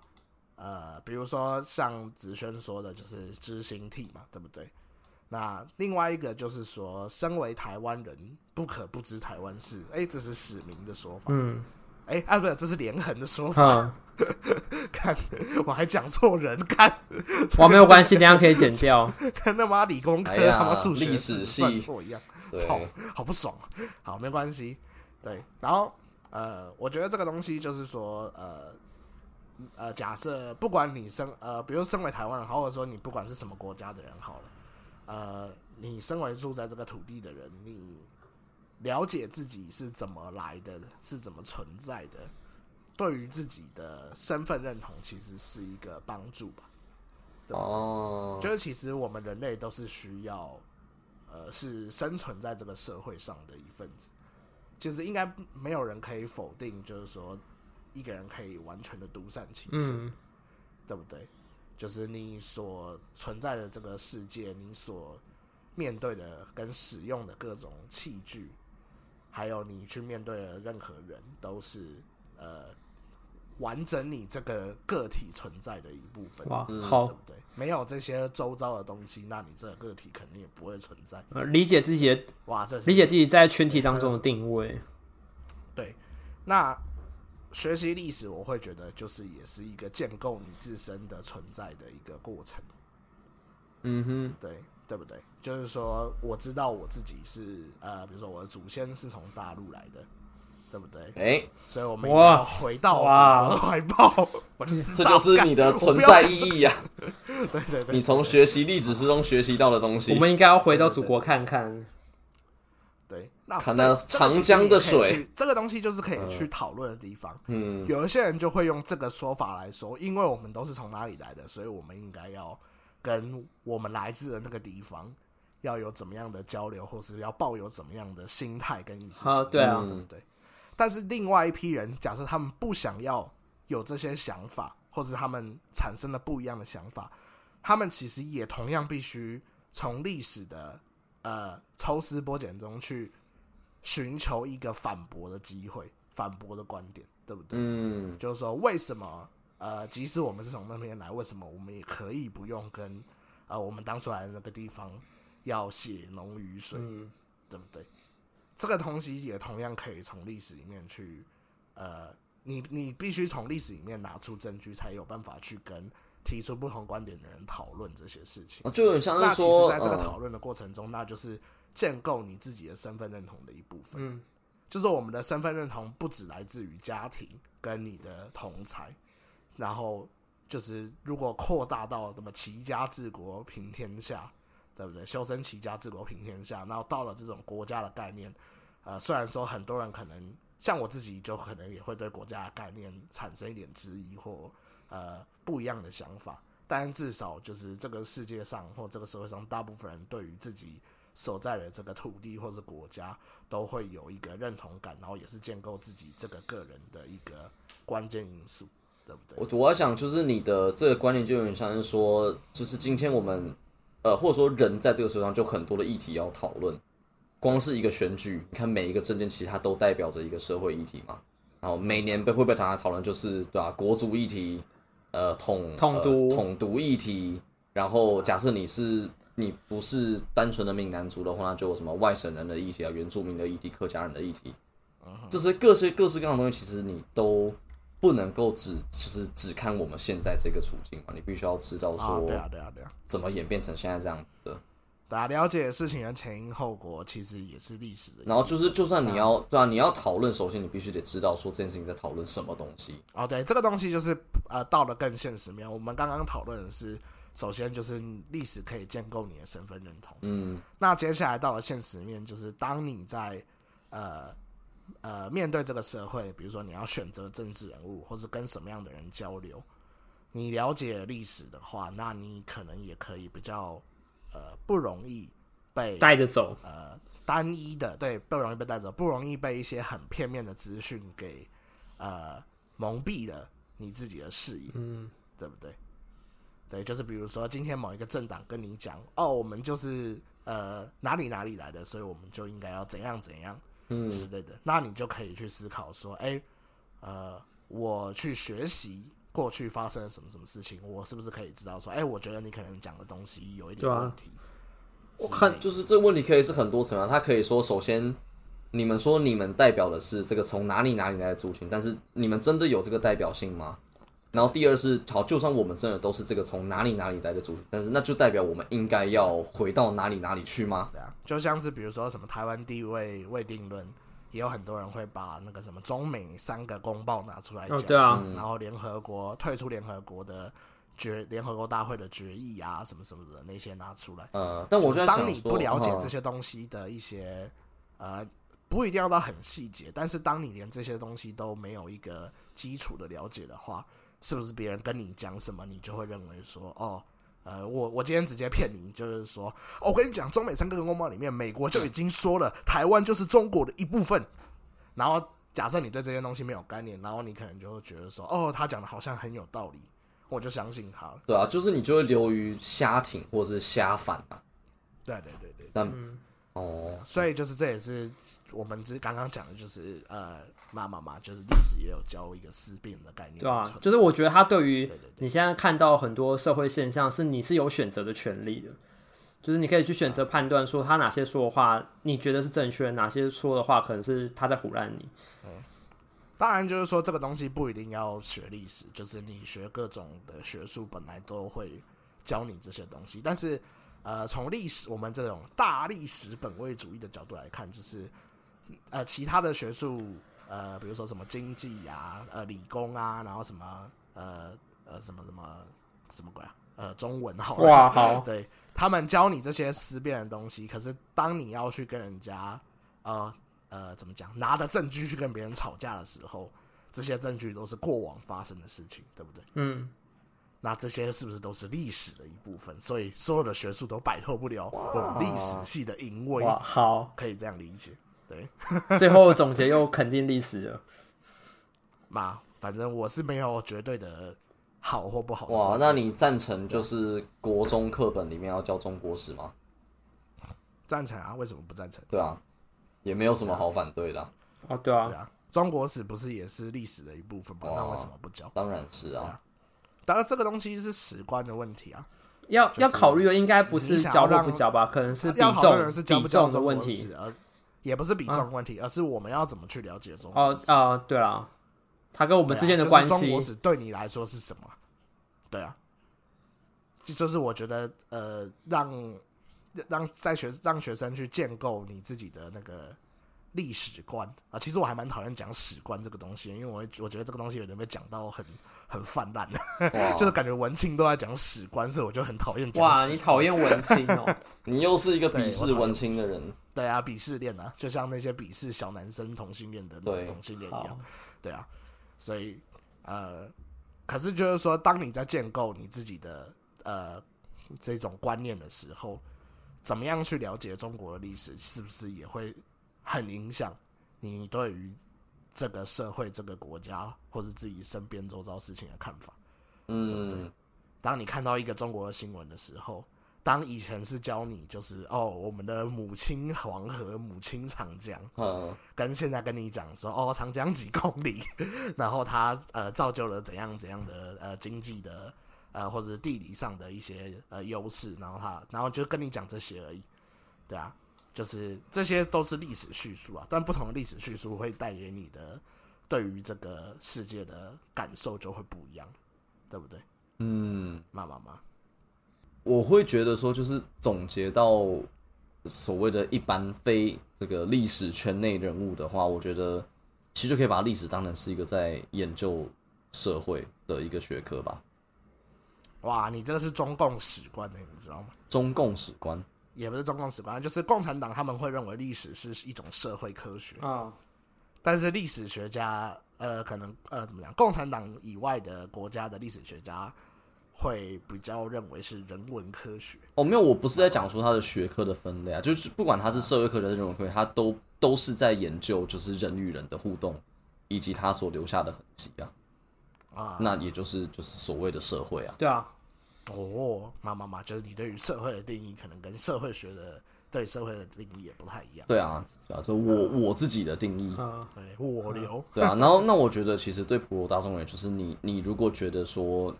[SPEAKER 1] 呃，比如说像子轩说的，就是知心体嘛，对不对？那另外一个就是说，身为台湾人，不可不知台湾事。哎、这是史明的说法。
[SPEAKER 3] 嗯
[SPEAKER 1] 哎、啊，不是，这是连横的说法。
[SPEAKER 3] 嗯，
[SPEAKER 1] 看，我还讲错人，看，
[SPEAKER 3] 哇，没有关系，等一下可以 剪掉，
[SPEAKER 1] 跟他妈理工科、
[SPEAKER 2] 哎呀
[SPEAKER 1] 他妈数学
[SPEAKER 2] 历史
[SPEAKER 1] 是
[SPEAKER 2] 系
[SPEAKER 1] 算错一样。操
[SPEAKER 2] 对，，
[SPEAKER 1] 好不爽。好，没关系。对，然后呃，我觉得这个东西就是说，呃呃，假设不管你身呃，比如身为台湾人，好或者说你不管是什么国家的人，好了，呃，你身为住在这个土地的人，你了解自己是怎么来的，是怎么存在的，对于自己的身份认同其实是一个帮助吧。
[SPEAKER 2] 哦，
[SPEAKER 1] 就是其实我们人类都是需要，呃，是生存在这个社会上的一份子。其实应该没有人可以否定，就是说一个人可以完全的独善其身，
[SPEAKER 3] 嗯，
[SPEAKER 1] 对不对？就是你所存在的这个世界，你所面对的跟使用的各种器具，还有你去面对的任何人，都是呃完整你这个个体存在的一部分。
[SPEAKER 3] 哇，
[SPEAKER 1] 对
[SPEAKER 3] 好
[SPEAKER 1] 不，对？没有这些周遭的东西，那你这个个体肯定也不会存在。
[SPEAKER 3] 呃，理解自己的
[SPEAKER 1] 哇，这是
[SPEAKER 3] 理解自己在群体当中的定位，
[SPEAKER 1] 对。那学习历史，我会觉得就是也是一个建构你自身的存在的一个过程，
[SPEAKER 2] 嗯哼，
[SPEAKER 1] 对对不对？就是说，我知道我自己是呃，比如说我的祖先是从大陆来的，对不对？
[SPEAKER 2] 哎，
[SPEAKER 1] 所以我们一定要
[SPEAKER 3] 哇
[SPEAKER 1] 回到祖
[SPEAKER 3] 哇
[SPEAKER 1] 国的怀抱，我就知
[SPEAKER 2] 嗯这
[SPEAKER 1] 道，
[SPEAKER 2] 就是
[SPEAKER 1] 干
[SPEAKER 2] 你的
[SPEAKER 1] 我
[SPEAKER 2] 存
[SPEAKER 1] 不要
[SPEAKER 2] 在
[SPEAKER 1] 讲
[SPEAKER 2] 意
[SPEAKER 1] 这
[SPEAKER 2] 义啊呀、
[SPEAKER 1] 对对对，
[SPEAKER 2] 你从学习历史之中学习到的东西
[SPEAKER 3] 我。们应该要回到祖国看看。
[SPEAKER 1] 对，那
[SPEAKER 2] 看那
[SPEAKER 1] 这这个
[SPEAKER 2] 长
[SPEAKER 1] 其实
[SPEAKER 2] 江
[SPEAKER 1] 你
[SPEAKER 2] 的
[SPEAKER 1] 可以
[SPEAKER 2] 水
[SPEAKER 1] 去，这个东西就是可以去讨论的地方。
[SPEAKER 2] 嗯，
[SPEAKER 1] 有一些人就会用这个说法来说，因为我们都是从哪里来的，所以我们应该要跟我们来自的那个地方要有怎么样的交流，或是要抱有怎么样的心态跟意识形
[SPEAKER 3] 啊，
[SPEAKER 1] 态，
[SPEAKER 3] 对啊，
[SPEAKER 1] 对不对？但是另外一批人，假设他们不想要有这些想法，或是他们产生了不一样的想法，他们其实也同样必须从历史的呃抽丝剥茧中去寻求一个反驳的机会、反驳的观点，对不对？
[SPEAKER 2] 嗯，
[SPEAKER 1] 就是说为什么呃，即使我们是从那边来，为什么我们也可以不用跟呃我们当初来的那个地方要血浓于水，
[SPEAKER 3] 嗯
[SPEAKER 1] 对不对？这个东西也同样可以从历史里面去，呃，你你必须从历史里面拿出证据，才有办法去跟提出不同观点的人讨论这些事情。
[SPEAKER 2] 哦就很像
[SPEAKER 1] 那
[SPEAKER 2] 是
[SPEAKER 1] 其实
[SPEAKER 2] 说，
[SPEAKER 1] 在这个
[SPEAKER 2] 嗯
[SPEAKER 1] 讨论的过程中，那就是建构你自己的身份认同的一部分。
[SPEAKER 3] 嗯，
[SPEAKER 1] 就是我们的身份认同不只来自于家庭跟你的同才，然后就是如果扩大到什么齐家治国平天下，对不对？修身齐家治国平天下，然后到了这种国家的概念，呃，虽然说很多人可能像我自己，就可能也会对国家的概念产生一点质疑或呃不一样的想法，但至少就是这个世界上或这个社会上，大部分人对于自己所在的这个土地或是国家，都会有一个认同感，然后也是建构自己这个个人的一个关键因素，对不对？
[SPEAKER 2] 我我要想就是你的这个观念就有点像是说，就是今天我们呃或者说人在这个社会上就很多的议题要讨论，光是一个选举，你看每一个政见其实它都代表着一个社会议题嘛，然后每年被会被大家讨论就是对吧、国族议题，呃统
[SPEAKER 3] 统
[SPEAKER 2] 呃
[SPEAKER 3] 独
[SPEAKER 2] 统独议题，然后假设你是。你不是单纯的闽南族的话，那就有什么外省人的议题啊、原住民的议题、客家人的议题，
[SPEAKER 1] 嗯
[SPEAKER 2] 这些各式各式各样的东西，其实你都不能够只就是只看我们现在这个处境嘛，你必须要知道
[SPEAKER 1] 啊，
[SPEAKER 2] 说
[SPEAKER 1] 对啊，对啊，对啊。
[SPEAKER 2] 怎么演变成现在这样子的。
[SPEAKER 1] 对啊，了解事情的前因后果，其实也是历史的一部分。
[SPEAKER 2] 然后就是，就算你要对啊，你要讨论，首先你必须得知道说这件事情在讨论什么东西。
[SPEAKER 1] 哦，对，这个东西就是呃，到了更现实面。我们刚刚讨论的是，首先就是历史可以建构你的身份认同。
[SPEAKER 2] 嗯，
[SPEAKER 1] 那接下来到了现实面，就是当你在呃呃面对这个社会，比如说你要选择政治人物，或是跟什么样的人交流，你了解历史的话，那你可能也可以比较呃不容易被
[SPEAKER 3] 带着走，
[SPEAKER 1] 呃单一的，对，不容易被带走，不容易被一些很片面的资讯给呃蒙蔽了你自己的视野，
[SPEAKER 3] 嗯，
[SPEAKER 1] 对不对？对，就是比如说今天某一个政党跟你讲，哦，我们就是呃哪里哪里来的，所以我们就应该要怎样怎样，嗯之类的，那你就可以去思考说，哎，呃，我去学习。过去发生了什么什么事情，我是不是可以知道说，哎、我觉得你可能讲的东西有一点
[SPEAKER 3] 对啊
[SPEAKER 1] 问题。
[SPEAKER 2] 我看就是这个问题可以是很多层啊，它可以说，首先你们说你们代表的是这个从哪里哪里来的族群，但是你们真的有这个代表性吗？然后第二是，好，就算我们真的都是这个从哪里哪里来的族群，但是那就代表我们应该要回到哪里哪里去吗？
[SPEAKER 1] 对啊，就像是比如说什么台湾地位未定论，也有很多人会把那个什么中美三个公报拿出来讲，
[SPEAKER 3] 哦，对啊，
[SPEAKER 1] 然后联合国退出联合国的决联合国大会的决议啊，什么什么的那些拿出来。
[SPEAKER 2] 呃，但我
[SPEAKER 1] 就
[SPEAKER 2] 在
[SPEAKER 1] 是
[SPEAKER 2] 想
[SPEAKER 1] 当
[SPEAKER 2] 说，
[SPEAKER 1] 你不了解这
[SPEAKER 2] 些，
[SPEAKER 1] 些东西的一些、呃不一定要到很细节，但是当你连这些东西都没有一个基础的了解的话，是不是别人跟你讲什么，你就会认为说，哦，呃，我我今天直接骗你，就是说，哦我跟你讲，中美三个公报里面，美国就已经说了，台湾就是中国的一部分。然后假设你对这些东西没有概念，然后你可能就会觉得说，哦，他讲的好像很有道理，我就相信他了。
[SPEAKER 2] 对啊，就是你就会流于瞎挺或是瞎反啊。
[SPEAKER 1] 对对对对。
[SPEAKER 2] 但、哦，
[SPEAKER 1] 所以就是这也是我们之刚刚讲的，就是呃，妈妈嘛，就是历史也有教一个思辨的概念，
[SPEAKER 3] 对啊
[SPEAKER 1] 存，在
[SPEAKER 3] 就是我觉得他对于
[SPEAKER 1] 对对对
[SPEAKER 3] 你现在看到很多社会现象，是你是有选择的权利的，就是你可以去选择判断说他哪些说的话你觉得是正确，哪些说的话可能是他在胡乱你。
[SPEAKER 1] 当然就是说这个东西不一定要学历史，就是你学各种的学术本来都会教你这些东西，但是呃，从历史我们这种大历史本位主义的角度来看，就是呃其他的学术呃，比如说什么经济啊、呃理工啊，然后什么呃呃什么什么什么鬼啊，呃中文好了。
[SPEAKER 3] 哇，好，
[SPEAKER 1] 对他们教你这些思辨的东西，可是当你要去跟人家呃呃怎么讲，拿着证据去跟别人吵架的时候，这些证据都是过往发生的事情，对不对？
[SPEAKER 3] 嗯，
[SPEAKER 1] 那这些是不是都是历史的一部分？所以所有的学术都摆脱不了我们历史系的淫威，
[SPEAKER 3] 哇， 好，
[SPEAKER 1] 可以这样理解，对
[SPEAKER 3] 最后总结又肯定历史了。
[SPEAKER 1] 嘛？反正我是没有绝对的好或不好的观点。
[SPEAKER 2] 哇，那你赞成
[SPEAKER 1] 啊
[SPEAKER 2] 就是国中课本里面要教中国史吗？
[SPEAKER 1] 赞成啊？为什么不赞成？
[SPEAKER 2] 对啊，也没有什么好反对的啊、
[SPEAKER 3] 哦，对啊
[SPEAKER 1] 对，啊，中国史不是也是历史的一部分吗？那
[SPEAKER 2] 哇
[SPEAKER 1] 为什么不教？
[SPEAKER 2] 当然是啊，
[SPEAKER 1] 当然，这个东西是史观的问题啊，
[SPEAKER 3] 要
[SPEAKER 1] 就是
[SPEAKER 3] 要考虑的应该不
[SPEAKER 1] 你
[SPEAKER 3] 是
[SPEAKER 1] 想
[SPEAKER 3] 交
[SPEAKER 1] 要
[SPEAKER 3] 或
[SPEAKER 1] 让
[SPEAKER 3] 不交吧，可能是比
[SPEAKER 1] 要讨论
[SPEAKER 3] 重
[SPEAKER 1] 的是教
[SPEAKER 3] 比
[SPEAKER 1] 不教
[SPEAKER 3] 重
[SPEAKER 1] 中
[SPEAKER 3] 的
[SPEAKER 1] 国
[SPEAKER 3] 问
[SPEAKER 1] 史
[SPEAKER 3] 题。啊
[SPEAKER 1] 而也不是比重问题，而是我们要怎么去了解中国
[SPEAKER 3] 哦
[SPEAKER 1] 史。
[SPEAKER 3] 啊，对了，他跟我
[SPEAKER 1] 我
[SPEAKER 3] 们之间的关
[SPEAKER 1] 啊中
[SPEAKER 3] 系
[SPEAKER 1] 国，史对你来说是什么？对啊，就就是我觉得呃，让让在学让学生去建构你自己的那个历史观啊。其实我还蛮讨厌讲史观这个东西，因为我会我觉得这个东西有点被讲到很很泛滥了，
[SPEAKER 2] 哇，
[SPEAKER 1] 就是感觉文青都在讲史观，所以我就很讨厌讲
[SPEAKER 3] 哇，
[SPEAKER 1] 史
[SPEAKER 3] 你讨厌文青哦。
[SPEAKER 2] 你又是一个鄙
[SPEAKER 1] 对我
[SPEAKER 2] 视
[SPEAKER 1] 讨厌
[SPEAKER 2] 文青的人，
[SPEAKER 1] 对啊，鄙视链啊，就像那些鄙视小男生同性恋的那
[SPEAKER 2] 对
[SPEAKER 1] 种同性恋一
[SPEAKER 3] 好
[SPEAKER 1] 样，，对啊，所以呃，可是就是说，当你在建构你自己的呃这种观念的时候，怎么样去了解中国的历史，是不是也会很影响你对于这个社会、这个国家或者自己身边周遭事情的看法？
[SPEAKER 2] 嗯，
[SPEAKER 1] 当你看到一个中国的新闻的时候，当以前是教你就是哦，我们的母亲黄河、母亲长江，
[SPEAKER 2] 嗯，
[SPEAKER 1] 跟现在跟你讲说哦，长江几公里， 然后它呃造就了怎样怎样的呃经济的呃或者是地理上的一些呃优势，然后它然后就跟你讲这些而已，对啊，就是这些都是历史叙述啊，但不同的历史叙述会带给你的对于这个世界的感受就会不一样，对不对？
[SPEAKER 2] 嗯，
[SPEAKER 1] 妈妈妈，
[SPEAKER 2] 我会觉得说，就是总结到所谓的一般非这个历史圈内人物的话，我觉得其实就可以把历史当成是一个在研究社会的一个学科吧，
[SPEAKER 1] 哇，你这个是中共史观的，你知道吗？
[SPEAKER 2] 中共史观。
[SPEAKER 1] 也不是中共史观，就是共产党他们会认为历史是一种社会科学，
[SPEAKER 3] 啊，
[SPEAKER 1] 但是历史学家，呃，可能呃怎么讲，共产党以外的国家的历史学家会比较认为是人文科学。
[SPEAKER 2] 哦，没有，我不是在讲说它的学科的分类啊，就是不管它是社会科学还是人文科学，它都都是在研究就是人与人的互动，以及它所留下的痕迹啊。
[SPEAKER 1] 啊，
[SPEAKER 2] 那也就是就是所谓的社会啊。
[SPEAKER 3] 对啊，
[SPEAKER 1] 哦，妈妈妈，就是你对于社会的定义，可能跟社会学的对社会的定义也不太一样。
[SPEAKER 2] 对啊，对啊，这我我自己的定义。
[SPEAKER 3] 嗯，
[SPEAKER 1] 对，我流，
[SPEAKER 2] 对啊，然后那我觉得其实对普罗大众而言，就是你你如果觉得说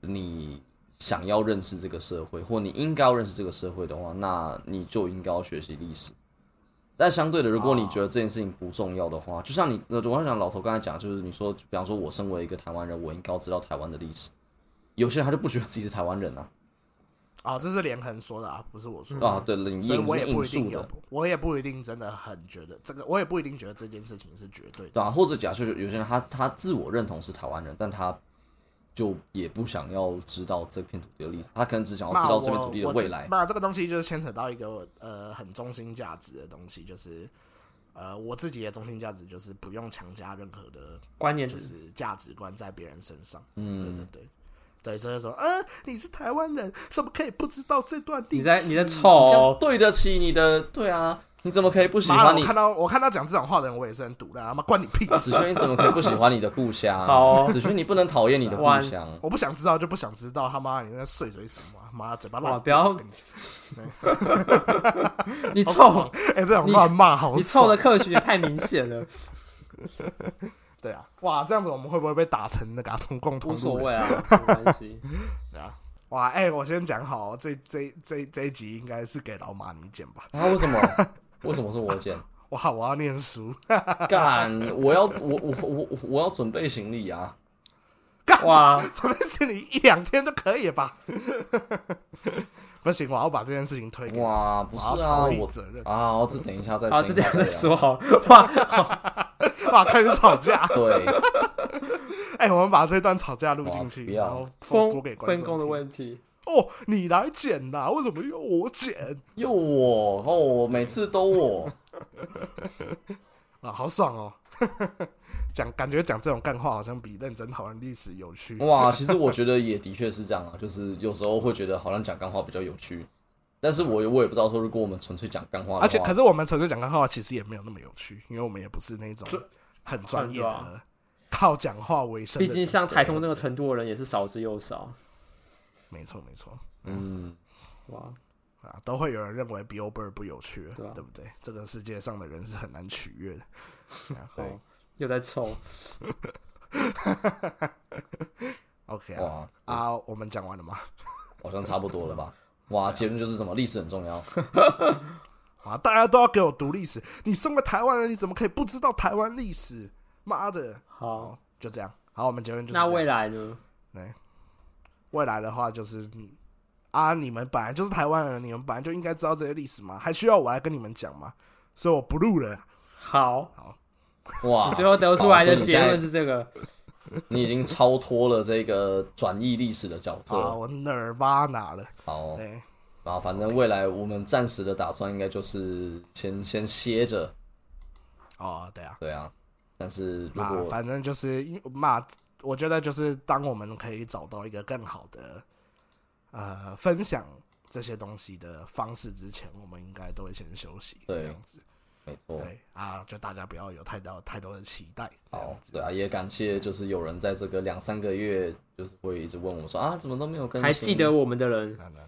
[SPEAKER 2] 你想要认识这个社会，或你应该要认识这个社会的话，那你就应该要学习历史。但相对的，如
[SPEAKER 1] 啊
[SPEAKER 2] 果你觉得这件事情不重要的话，就像你，呃我刚想老头刚才讲，就是你说，比方说，我身为一个台湾人，我应该要知道台湾的历史。有些人他就不觉得自己是台湾人啊，
[SPEAKER 1] 啊，这是连横说的啊，不是我说的。
[SPEAKER 2] 啊，对，你
[SPEAKER 1] 所以
[SPEAKER 2] 引
[SPEAKER 1] 我也不
[SPEAKER 2] 引
[SPEAKER 1] 一定
[SPEAKER 2] 述
[SPEAKER 1] 有
[SPEAKER 2] 的，，
[SPEAKER 1] 我也不一定真的很觉得这个，我也不一定觉得这件事情是绝对的。
[SPEAKER 2] 对啊，或者假设有有些人他他自我认同是台湾人，但他就也不想要知道这片土地的历史，他可能只想要知
[SPEAKER 1] 那
[SPEAKER 2] 道
[SPEAKER 1] 我
[SPEAKER 2] 这片土地的
[SPEAKER 1] 我
[SPEAKER 2] 未
[SPEAKER 1] 知
[SPEAKER 2] 来。
[SPEAKER 1] 那这个东西就是牵扯到一个呃很中心价值的东西，就是呃，我自己的中心价值就是不用强加任何的，
[SPEAKER 3] 观念
[SPEAKER 1] 就是是价值观在别人身上。对对
[SPEAKER 2] 嗯，
[SPEAKER 1] 对，对，所以说，呃，你是台湾人，怎么可以不知道这段历史？
[SPEAKER 3] 你在你在臭
[SPEAKER 2] 你这样
[SPEAKER 3] 哦，
[SPEAKER 2] 对得起你的，对啊，你怎么可以不喜
[SPEAKER 1] 妈
[SPEAKER 2] 欢你
[SPEAKER 1] 的，我看到我看到讲这种话的人，我也是很堵的，他啊妈关你屁
[SPEAKER 2] 子
[SPEAKER 1] 事！
[SPEAKER 2] 轩，你怎么可以不喜欢你的故乡？
[SPEAKER 3] 好
[SPEAKER 2] 子轩，你不能讨厌你的故
[SPEAKER 3] 完
[SPEAKER 2] 乡。
[SPEAKER 1] 我不想知道就不想知道，他妈你在碎嘴什么啊？妈嘴巴
[SPEAKER 3] 哇
[SPEAKER 1] 烂
[SPEAKER 3] 不
[SPEAKER 1] 掉！
[SPEAKER 3] 要
[SPEAKER 1] 我跟你讲
[SPEAKER 3] 你
[SPEAKER 1] 好
[SPEAKER 3] 臭
[SPEAKER 1] 爽，哎，这种乱骂好
[SPEAKER 3] 你
[SPEAKER 1] 爽
[SPEAKER 3] 臭的客群也太明显 了，
[SPEAKER 1] 对啊，哇，这样子我们会不会被打成那个啊从共同
[SPEAKER 3] 无
[SPEAKER 1] 路
[SPEAKER 3] 所
[SPEAKER 1] 人
[SPEAKER 3] 谓啊， 没关系。
[SPEAKER 1] 对啊？哇，哎、我先讲好，这这这这一集应该是给老马你剪吧。
[SPEAKER 2] 啊？为什么？为什么是我剪？
[SPEAKER 1] 哇，我要念书，
[SPEAKER 2] 干！我要我我我我我要准备行李啊！
[SPEAKER 3] 哇，
[SPEAKER 1] 除非是你一两天就可以吧？ 不行，我要把这件事情推给你，
[SPEAKER 2] 哇，不
[SPEAKER 1] 我要
[SPEAKER 2] 是啊，
[SPEAKER 1] 逃避
[SPEAKER 2] 我
[SPEAKER 1] 责任，
[SPEAKER 2] 啊，我这等一下再
[SPEAKER 3] 好，这
[SPEAKER 2] 一
[SPEAKER 3] 点
[SPEAKER 2] 下
[SPEAKER 1] 啊
[SPEAKER 3] 再
[SPEAKER 2] 聊
[SPEAKER 3] 说好。哇，
[SPEAKER 1] 哇，开始吵架。
[SPEAKER 2] 对，
[SPEAKER 1] 哎、我们把这段吵架录进
[SPEAKER 2] 哇不
[SPEAKER 1] 去，
[SPEAKER 2] 要
[SPEAKER 1] 然后播
[SPEAKER 3] 分
[SPEAKER 1] 播给观
[SPEAKER 3] 分
[SPEAKER 1] 众
[SPEAKER 3] 工的
[SPEAKER 1] 听
[SPEAKER 3] 问题，
[SPEAKER 1] 哦，你来剪啦，为什么要我剪
[SPEAKER 2] 又我哦，我每次都我。
[SPEAKER 1] 啊？好爽哦！ 讲感觉讲这种干话好像比认真讨论历史有
[SPEAKER 3] 哦
[SPEAKER 1] 趣。
[SPEAKER 2] 哇，其实我觉得也的确是这样啊，就是有时候会觉得好像讲干话比较有趣，但是我我也不知道说，如果我们纯粹讲干话的话，
[SPEAKER 1] 而
[SPEAKER 3] 啊
[SPEAKER 1] 且，可是我们纯粹讲干话，其实也没有那么有趣，因为我们也不是那种很专业
[SPEAKER 3] 很对
[SPEAKER 1] 的靠讲话为生的
[SPEAKER 3] 毕
[SPEAKER 1] 人。
[SPEAKER 3] 竟像台通那个程度的人也是少之又少。
[SPEAKER 1] 没错没错
[SPEAKER 2] 嗯，
[SPEAKER 3] 哇，
[SPEAKER 1] 啊，都会有人认为 Bill Burr 不有趣了，
[SPEAKER 3] 对啊
[SPEAKER 1] 对不对？这个世界上的人是很难取悦的。然后
[SPEAKER 2] 对
[SPEAKER 3] 又在臭，
[SPEAKER 1] OK
[SPEAKER 3] 哦
[SPEAKER 1] 啊
[SPEAKER 2] 哇，
[SPEAKER 1] 啊，我们讲完了吗？
[SPEAKER 2] 好像差不多了吧？哇，结论就是什么？历史很重要。
[SPEAKER 1] 啊，大家都要给我读历史，你身为台湾人，你怎么可以不知道台湾历史？妈的！
[SPEAKER 3] 好
[SPEAKER 1] 哦，，就这样。好，我们结论就是
[SPEAKER 3] 那
[SPEAKER 1] 这
[SPEAKER 3] 未
[SPEAKER 1] 样
[SPEAKER 3] 来呢？
[SPEAKER 1] 未来的话就是嗯啊，你们本来就是台湾人，你们本来就应该知道这些历史嘛，还需要我来跟你们讲吗？所以我不录了。啊
[SPEAKER 3] 好，
[SPEAKER 2] 哇，
[SPEAKER 3] 你最后得出来
[SPEAKER 2] 好
[SPEAKER 3] 的
[SPEAKER 2] 所以你
[SPEAKER 3] 结
[SPEAKER 2] 现在
[SPEAKER 3] 论是这个。
[SPEAKER 2] 你已经超脱了这个转译历史的角色
[SPEAKER 1] 啊，
[SPEAKER 2] 了。
[SPEAKER 1] 我哪儿挖哪了？哎
[SPEAKER 2] 好，
[SPEAKER 1] 对，
[SPEAKER 2] 然后反正未来我们暂时的打算应该就是先先歇着，
[SPEAKER 1] 哦，对啊，
[SPEAKER 2] 对啊。但是如
[SPEAKER 1] 嘛，
[SPEAKER 2] 果
[SPEAKER 1] 啊反正就是因嘛，我觉得就是当我们可以找到一个更好的呃分享这些东西的方式之前，我们应该都会先休息，
[SPEAKER 2] 对哦
[SPEAKER 1] 这样子。
[SPEAKER 2] 没错，
[SPEAKER 1] 对啊，就大家不要有太多太多的期待，这
[SPEAKER 2] 好
[SPEAKER 1] 样，子。
[SPEAKER 2] 对啊，也感
[SPEAKER 3] 嗯
[SPEAKER 2] 谢就是有人在这个两三个月，就是会一直问我说啊，怎么都没有更新？
[SPEAKER 3] 还记得我们的人，
[SPEAKER 1] 那那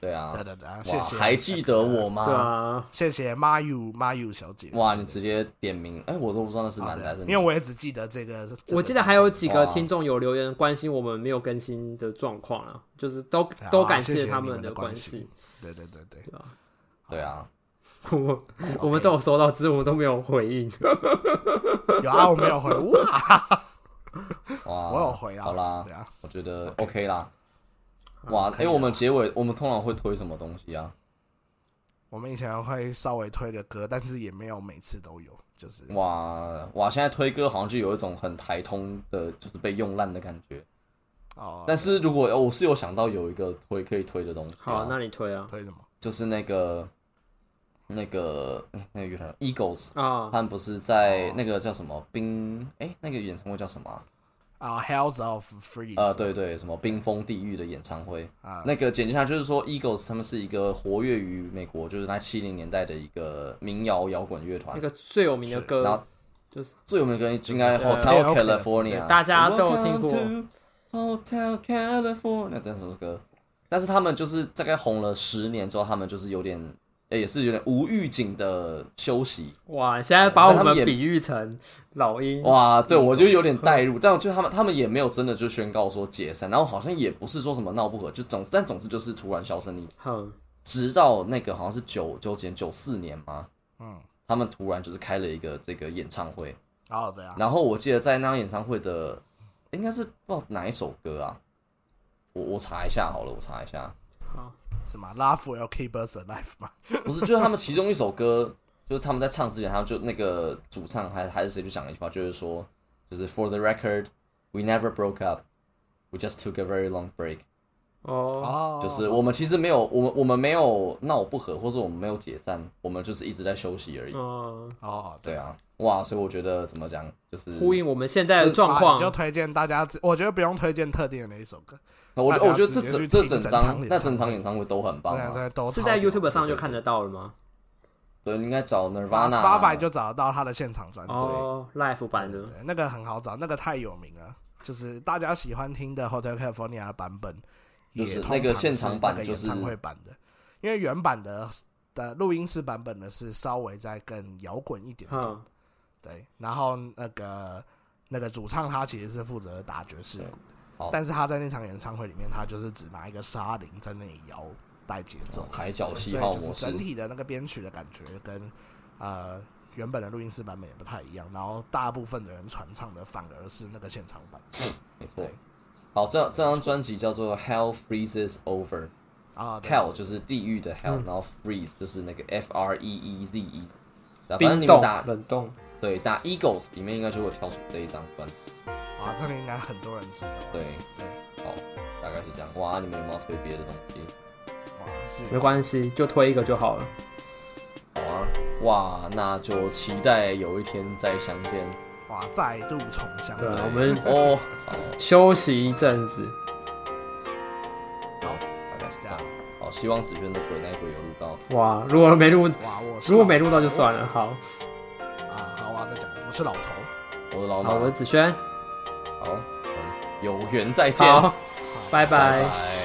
[SPEAKER 2] 对啊
[SPEAKER 1] 对，对对啊，谢
[SPEAKER 2] 哇，
[SPEAKER 1] 谢，
[SPEAKER 2] 还记得我吗？
[SPEAKER 3] 对啊，
[SPEAKER 1] 谢谢 Mayu Mayu 小姐。
[SPEAKER 2] 哇，你直接点名，哎，我都不知道那是
[SPEAKER 1] 好
[SPEAKER 2] 男
[SPEAKER 1] 的
[SPEAKER 2] 的还是女的
[SPEAKER 1] 啊因为我也只记得这个，这个
[SPEAKER 3] 我记得还有几个
[SPEAKER 2] 哇
[SPEAKER 3] 听众有留言关心我们没有更新的状况啊，就是都
[SPEAKER 1] 啊
[SPEAKER 3] 都感
[SPEAKER 1] 谢谢
[SPEAKER 3] 他
[SPEAKER 1] 你
[SPEAKER 3] 们
[SPEAKER 1] 们的
[SPEAKER 3] 关
[SPEAKER 1] 关
[SPEAKER 3] 系
[SPEAKER 1] 心。对对对对，
[SPEAKER 2] 对 啊，
[SPEAKER 3] 我我们都有收到，只是我们都没有回应。
[SPEAKER 1] 有啊，我没有回， 哇，
[SPEAKER 2] 哇，
[SPEAKER 1] 我有回啊，
[SPEAKER 2] 好啦
[SPEAKER 1] 对，啊，
[SPEAKER 2] 我觉得 OK 啦。
[SPEAKER 3] 嗯
[SPEAKER 2] 哇，哎，我们结尾我们通常会推什么东西啊？
[SPEAKER 1] 我们以前会稍微推的歌，但是也没有每次都有，就是
[SPEAKER 2] 哇哇，现在推歌好像就有一种很台通的，就是被用烂的感觉。
[SPEAKER 1] 哦，
[SPEAKER 2] 但是如果哦我是有想到有一个推可以推的东西啊，
[SPEAKER 3] 好，那你推啊
[SPEAKER 1] 推什么？
[SPEAKER 2] 就是那个那个哎那个乐团 Eagles，
[SPEAKER 3] 啊
[SPEAKER 2] 他们不是在那个叫什么冰哎那个演唱会叫什么啊？
[SPEAKER 1] 啊，Hells of Free，
[SPEAKER 2] 呃，对对，什么冰封地狱的演唱会，
[SPEAKER 1] 啊
[SPEAKER 2] 那个简介上就是说，Eagles 他们是一个活跃于美国，就是在七零年代的一个民谣摇滚乐团
[SPEAKER 3] 那。个最有名的
[SPEAKER 2] 然后
[SPEAKER 3] 歌，呃就是
[SPEAKER 2] 最有名的歌应该
[SPEAKER 1] 就是呃
[SPEAKER 2] Hotel
[SPEAKER 1] Hotel
[SPEAKER 2] California，
[SPEAKER 3] 大家都有听过
[SPEAKER 2] Welcome to Hotel California 这首歌，但是他们就是大概红了十年之后，他们就是有点，呃也是有点无预警的休息。
[SPEAKER 3] 哇，现在把我
[SPEAKER 2] 但他
[SPEAKER 3] 们
[SPEAKER 2] 们也
[SPEAKER 3] 比喻成老鹰，
[SPEAKER 2] 哇，对我就有点代入，但我就他们他们也没有真的就宣告说解散，然后好像也不是说什么闹不和，就总但总之就是突然销声匿迹，
[SPEAKER 3] 哼，
[SPEAKER 2] 直到那个好像是九九几年九四年嘛，
[SPEAKER 1] 嗯，
[SPEAKER 2] 他们突然就是开了一个这个演唱会，
[SPEAKER 1] 哦对啊，
[SPEAKER 2] 然后我记得在那场演唱会的应该是不知道哪一首歌啊，我我查一下好了，我查一下，
[SPEAKER 3] 好，
[SPEAKER 1] 什么 Love Will Keep Us Alive 嘛，
[SPEAKER 2] 不是就是他们其中一首歌，就是他们在唱之前，他们就那个主唱还还是谁就讲了一句话，就是说 就是 For the record, we never broke up, we just took a very long break。
[SPEAKER 3] 哦，
[SPEAKER 1] 哦，
[SPEAKER 2] 就是我们其实没有，我们我们没有闹不和，或是我们没有解散，我们就是一直在休息而已。
[SPEAKER 3] 嗯，
[SPEAKER 1] 哦，
[SPEAKER 2] 对啊，哇，所以我觉得怎么讲，就是
[SPEAKER 3] 呼应我们现在的
[SPEAKER 2] 这
[SPEAKER 3] 状
[SPEAKER 1] 啊
[SPEAKER 3] 况
[SPEAKER 1] 你就，推荐大家自，我觉得不用推荐特定的那一首歌，
[SPEAKER 2] 那我觉得
[SPEAKER 1] 大家
[SPEAKER 2] 我觉得这
[SPEAKER 1] 直
[SPEAKER 2] 整
[SPEAKER 1] 接去
[SPEAKER 2] 这
[SPEAKER 1] 听
[SPEAKER 2] 整
[SPEAKER 1] 整
[SPEAKER 2] 张
[SPEAKER 1] 场演
[SPEAKER 2] 那
[SPEAKER 1] 唱
[SPEAKER 2] 整场
[SPEAKER 1] 会
[SPEAKER 2] 演唱会都很棒
[SPEAKER 1] 这两
[SPEAKER 2] 啊，
[SPEAKER 1] 首都
[SPEAKER 3] 是在
[SPEAKER 1] 超屌
[SPEAKER 3] YouTube 上就看得到了吗？
[SPEAKER 2] 对，应该找 Nirvana 啊。
[SPEAKER 1] Spotify 就找得到他的现场专辑，
[SPEAKER 3] 哦，Live 版的，
[SPEAKER 1] 对那个很好找，那个太有名了，就是大家喜欢听的 Hotel California 的版本，
[SPEAKER 2] 就是
[SPEAKER 1] 也
[SPEAKER 2] 那个
[SPEAKER 1] 通常
[SPEAKER 2] 现
[SPEAKER 1] 是
[SPEAKER 2] 场
[SPEAKER 1] 那
[SPEAKER 2] 版
[SPEAKER 1] 个
[SPEAKER 2] 就
[SPEAKER 1] 演
[SPEAKER 2] 是
[SPEAKER 1] 唱会版的，因为原版的的录音室版本呢是稍微再更摇滚一点点，
[SPEAKER 3] 嗯，
[SPEAKER 1] 对，然后那个那个主唱他其实是负责打爵士
[SPEAKER 2] 对
[SPEAKER 1] 鼓
[SPEAKER 2] 好
[SPEAKER 1] 的，但是他在那场演唱会里面，他就是只拿一个沙铃在那里摇带节奏，
[SPEAKER 2] 海角七
[SPEAKER 1] 所
[SPEAKER 2] 号
[SPEAKER 1] 以就
[SPEAKER 2] 模
[SPEAKER 1] 是
[SPEAKER 2] 式
[SPEAKER 1] 整，体的那个编曲的感觉跟呃原本的录音室版本也不太一样，然后大部分的人传唱的反而是那个现场版。
[SPEAKER 2] 没错
[SPEAKER 1] 对。
[SPEAKER 2] 好，这这张专辑叫做《Hell Freezes Over》
[SPEAKER 1] 啊对
[SPEAKER 2] ，Hell 就是地狱的 Hell，、然后 Freeze 就是那个 F R E E Z E。反正
[SPEAKER 3] 冰
[SPEAKER 2] 你们
[SPEAKER 3] 冻
[SPEAKER 2] 打、
[SPEAKER 3] 冷冻，
[SPEAKER 2] 对打 Eagles 里面应该就会跳出这一张专辑，
[SPEAKER 1] 啊，这个应该很多人知道。
[SPEAKER 2] 对，
[SPEAKER 1] 对，
[SPEAKER 2] 好，大概是这样。哇，你们有没有推别的东西？
[SPEAKER 1] 哇，是
[SPEAKER 3] 没关系，就推一个就好了。
[SPEAKER 2] 好啊，哇，那就期待有一天再相见
[SPEAKER 1] 哇，再度重相
[SPEAKER 3] 对啊
[SPEAKER 1] 逢。
[SPEAKER 3] 我们
[SPEAKER 2] 哦。好，
[SPEAKER 3] 休息一阵子，
[SPEAKER 2] 好，大概是这
[SPEAKER 1] 这
[SPEAKER 2] 样
[SPEAKER 1] 样。
[SPEAKER 2] 好，希望子轩的鬼奈鬼有录到。
[SPEAKER 3] 哇，如果没录，
[SPEAKER 1] 哇，我是
[SPEAKER 3] 如果没
[SPEAKER 1] 老
[SPEAKER 3] 录到就算了。好，
[SPEAKER 1] 啊，好啊，再讲，我是老头。
[SPEAKER 2] 我是老马，
[SPEAKER 3] 好，我是子轩，
[SPEAKER 2] 好，我们有缘再见，
[SPEAKER 3] 好，拜拜
[SPEAKER 2] 拜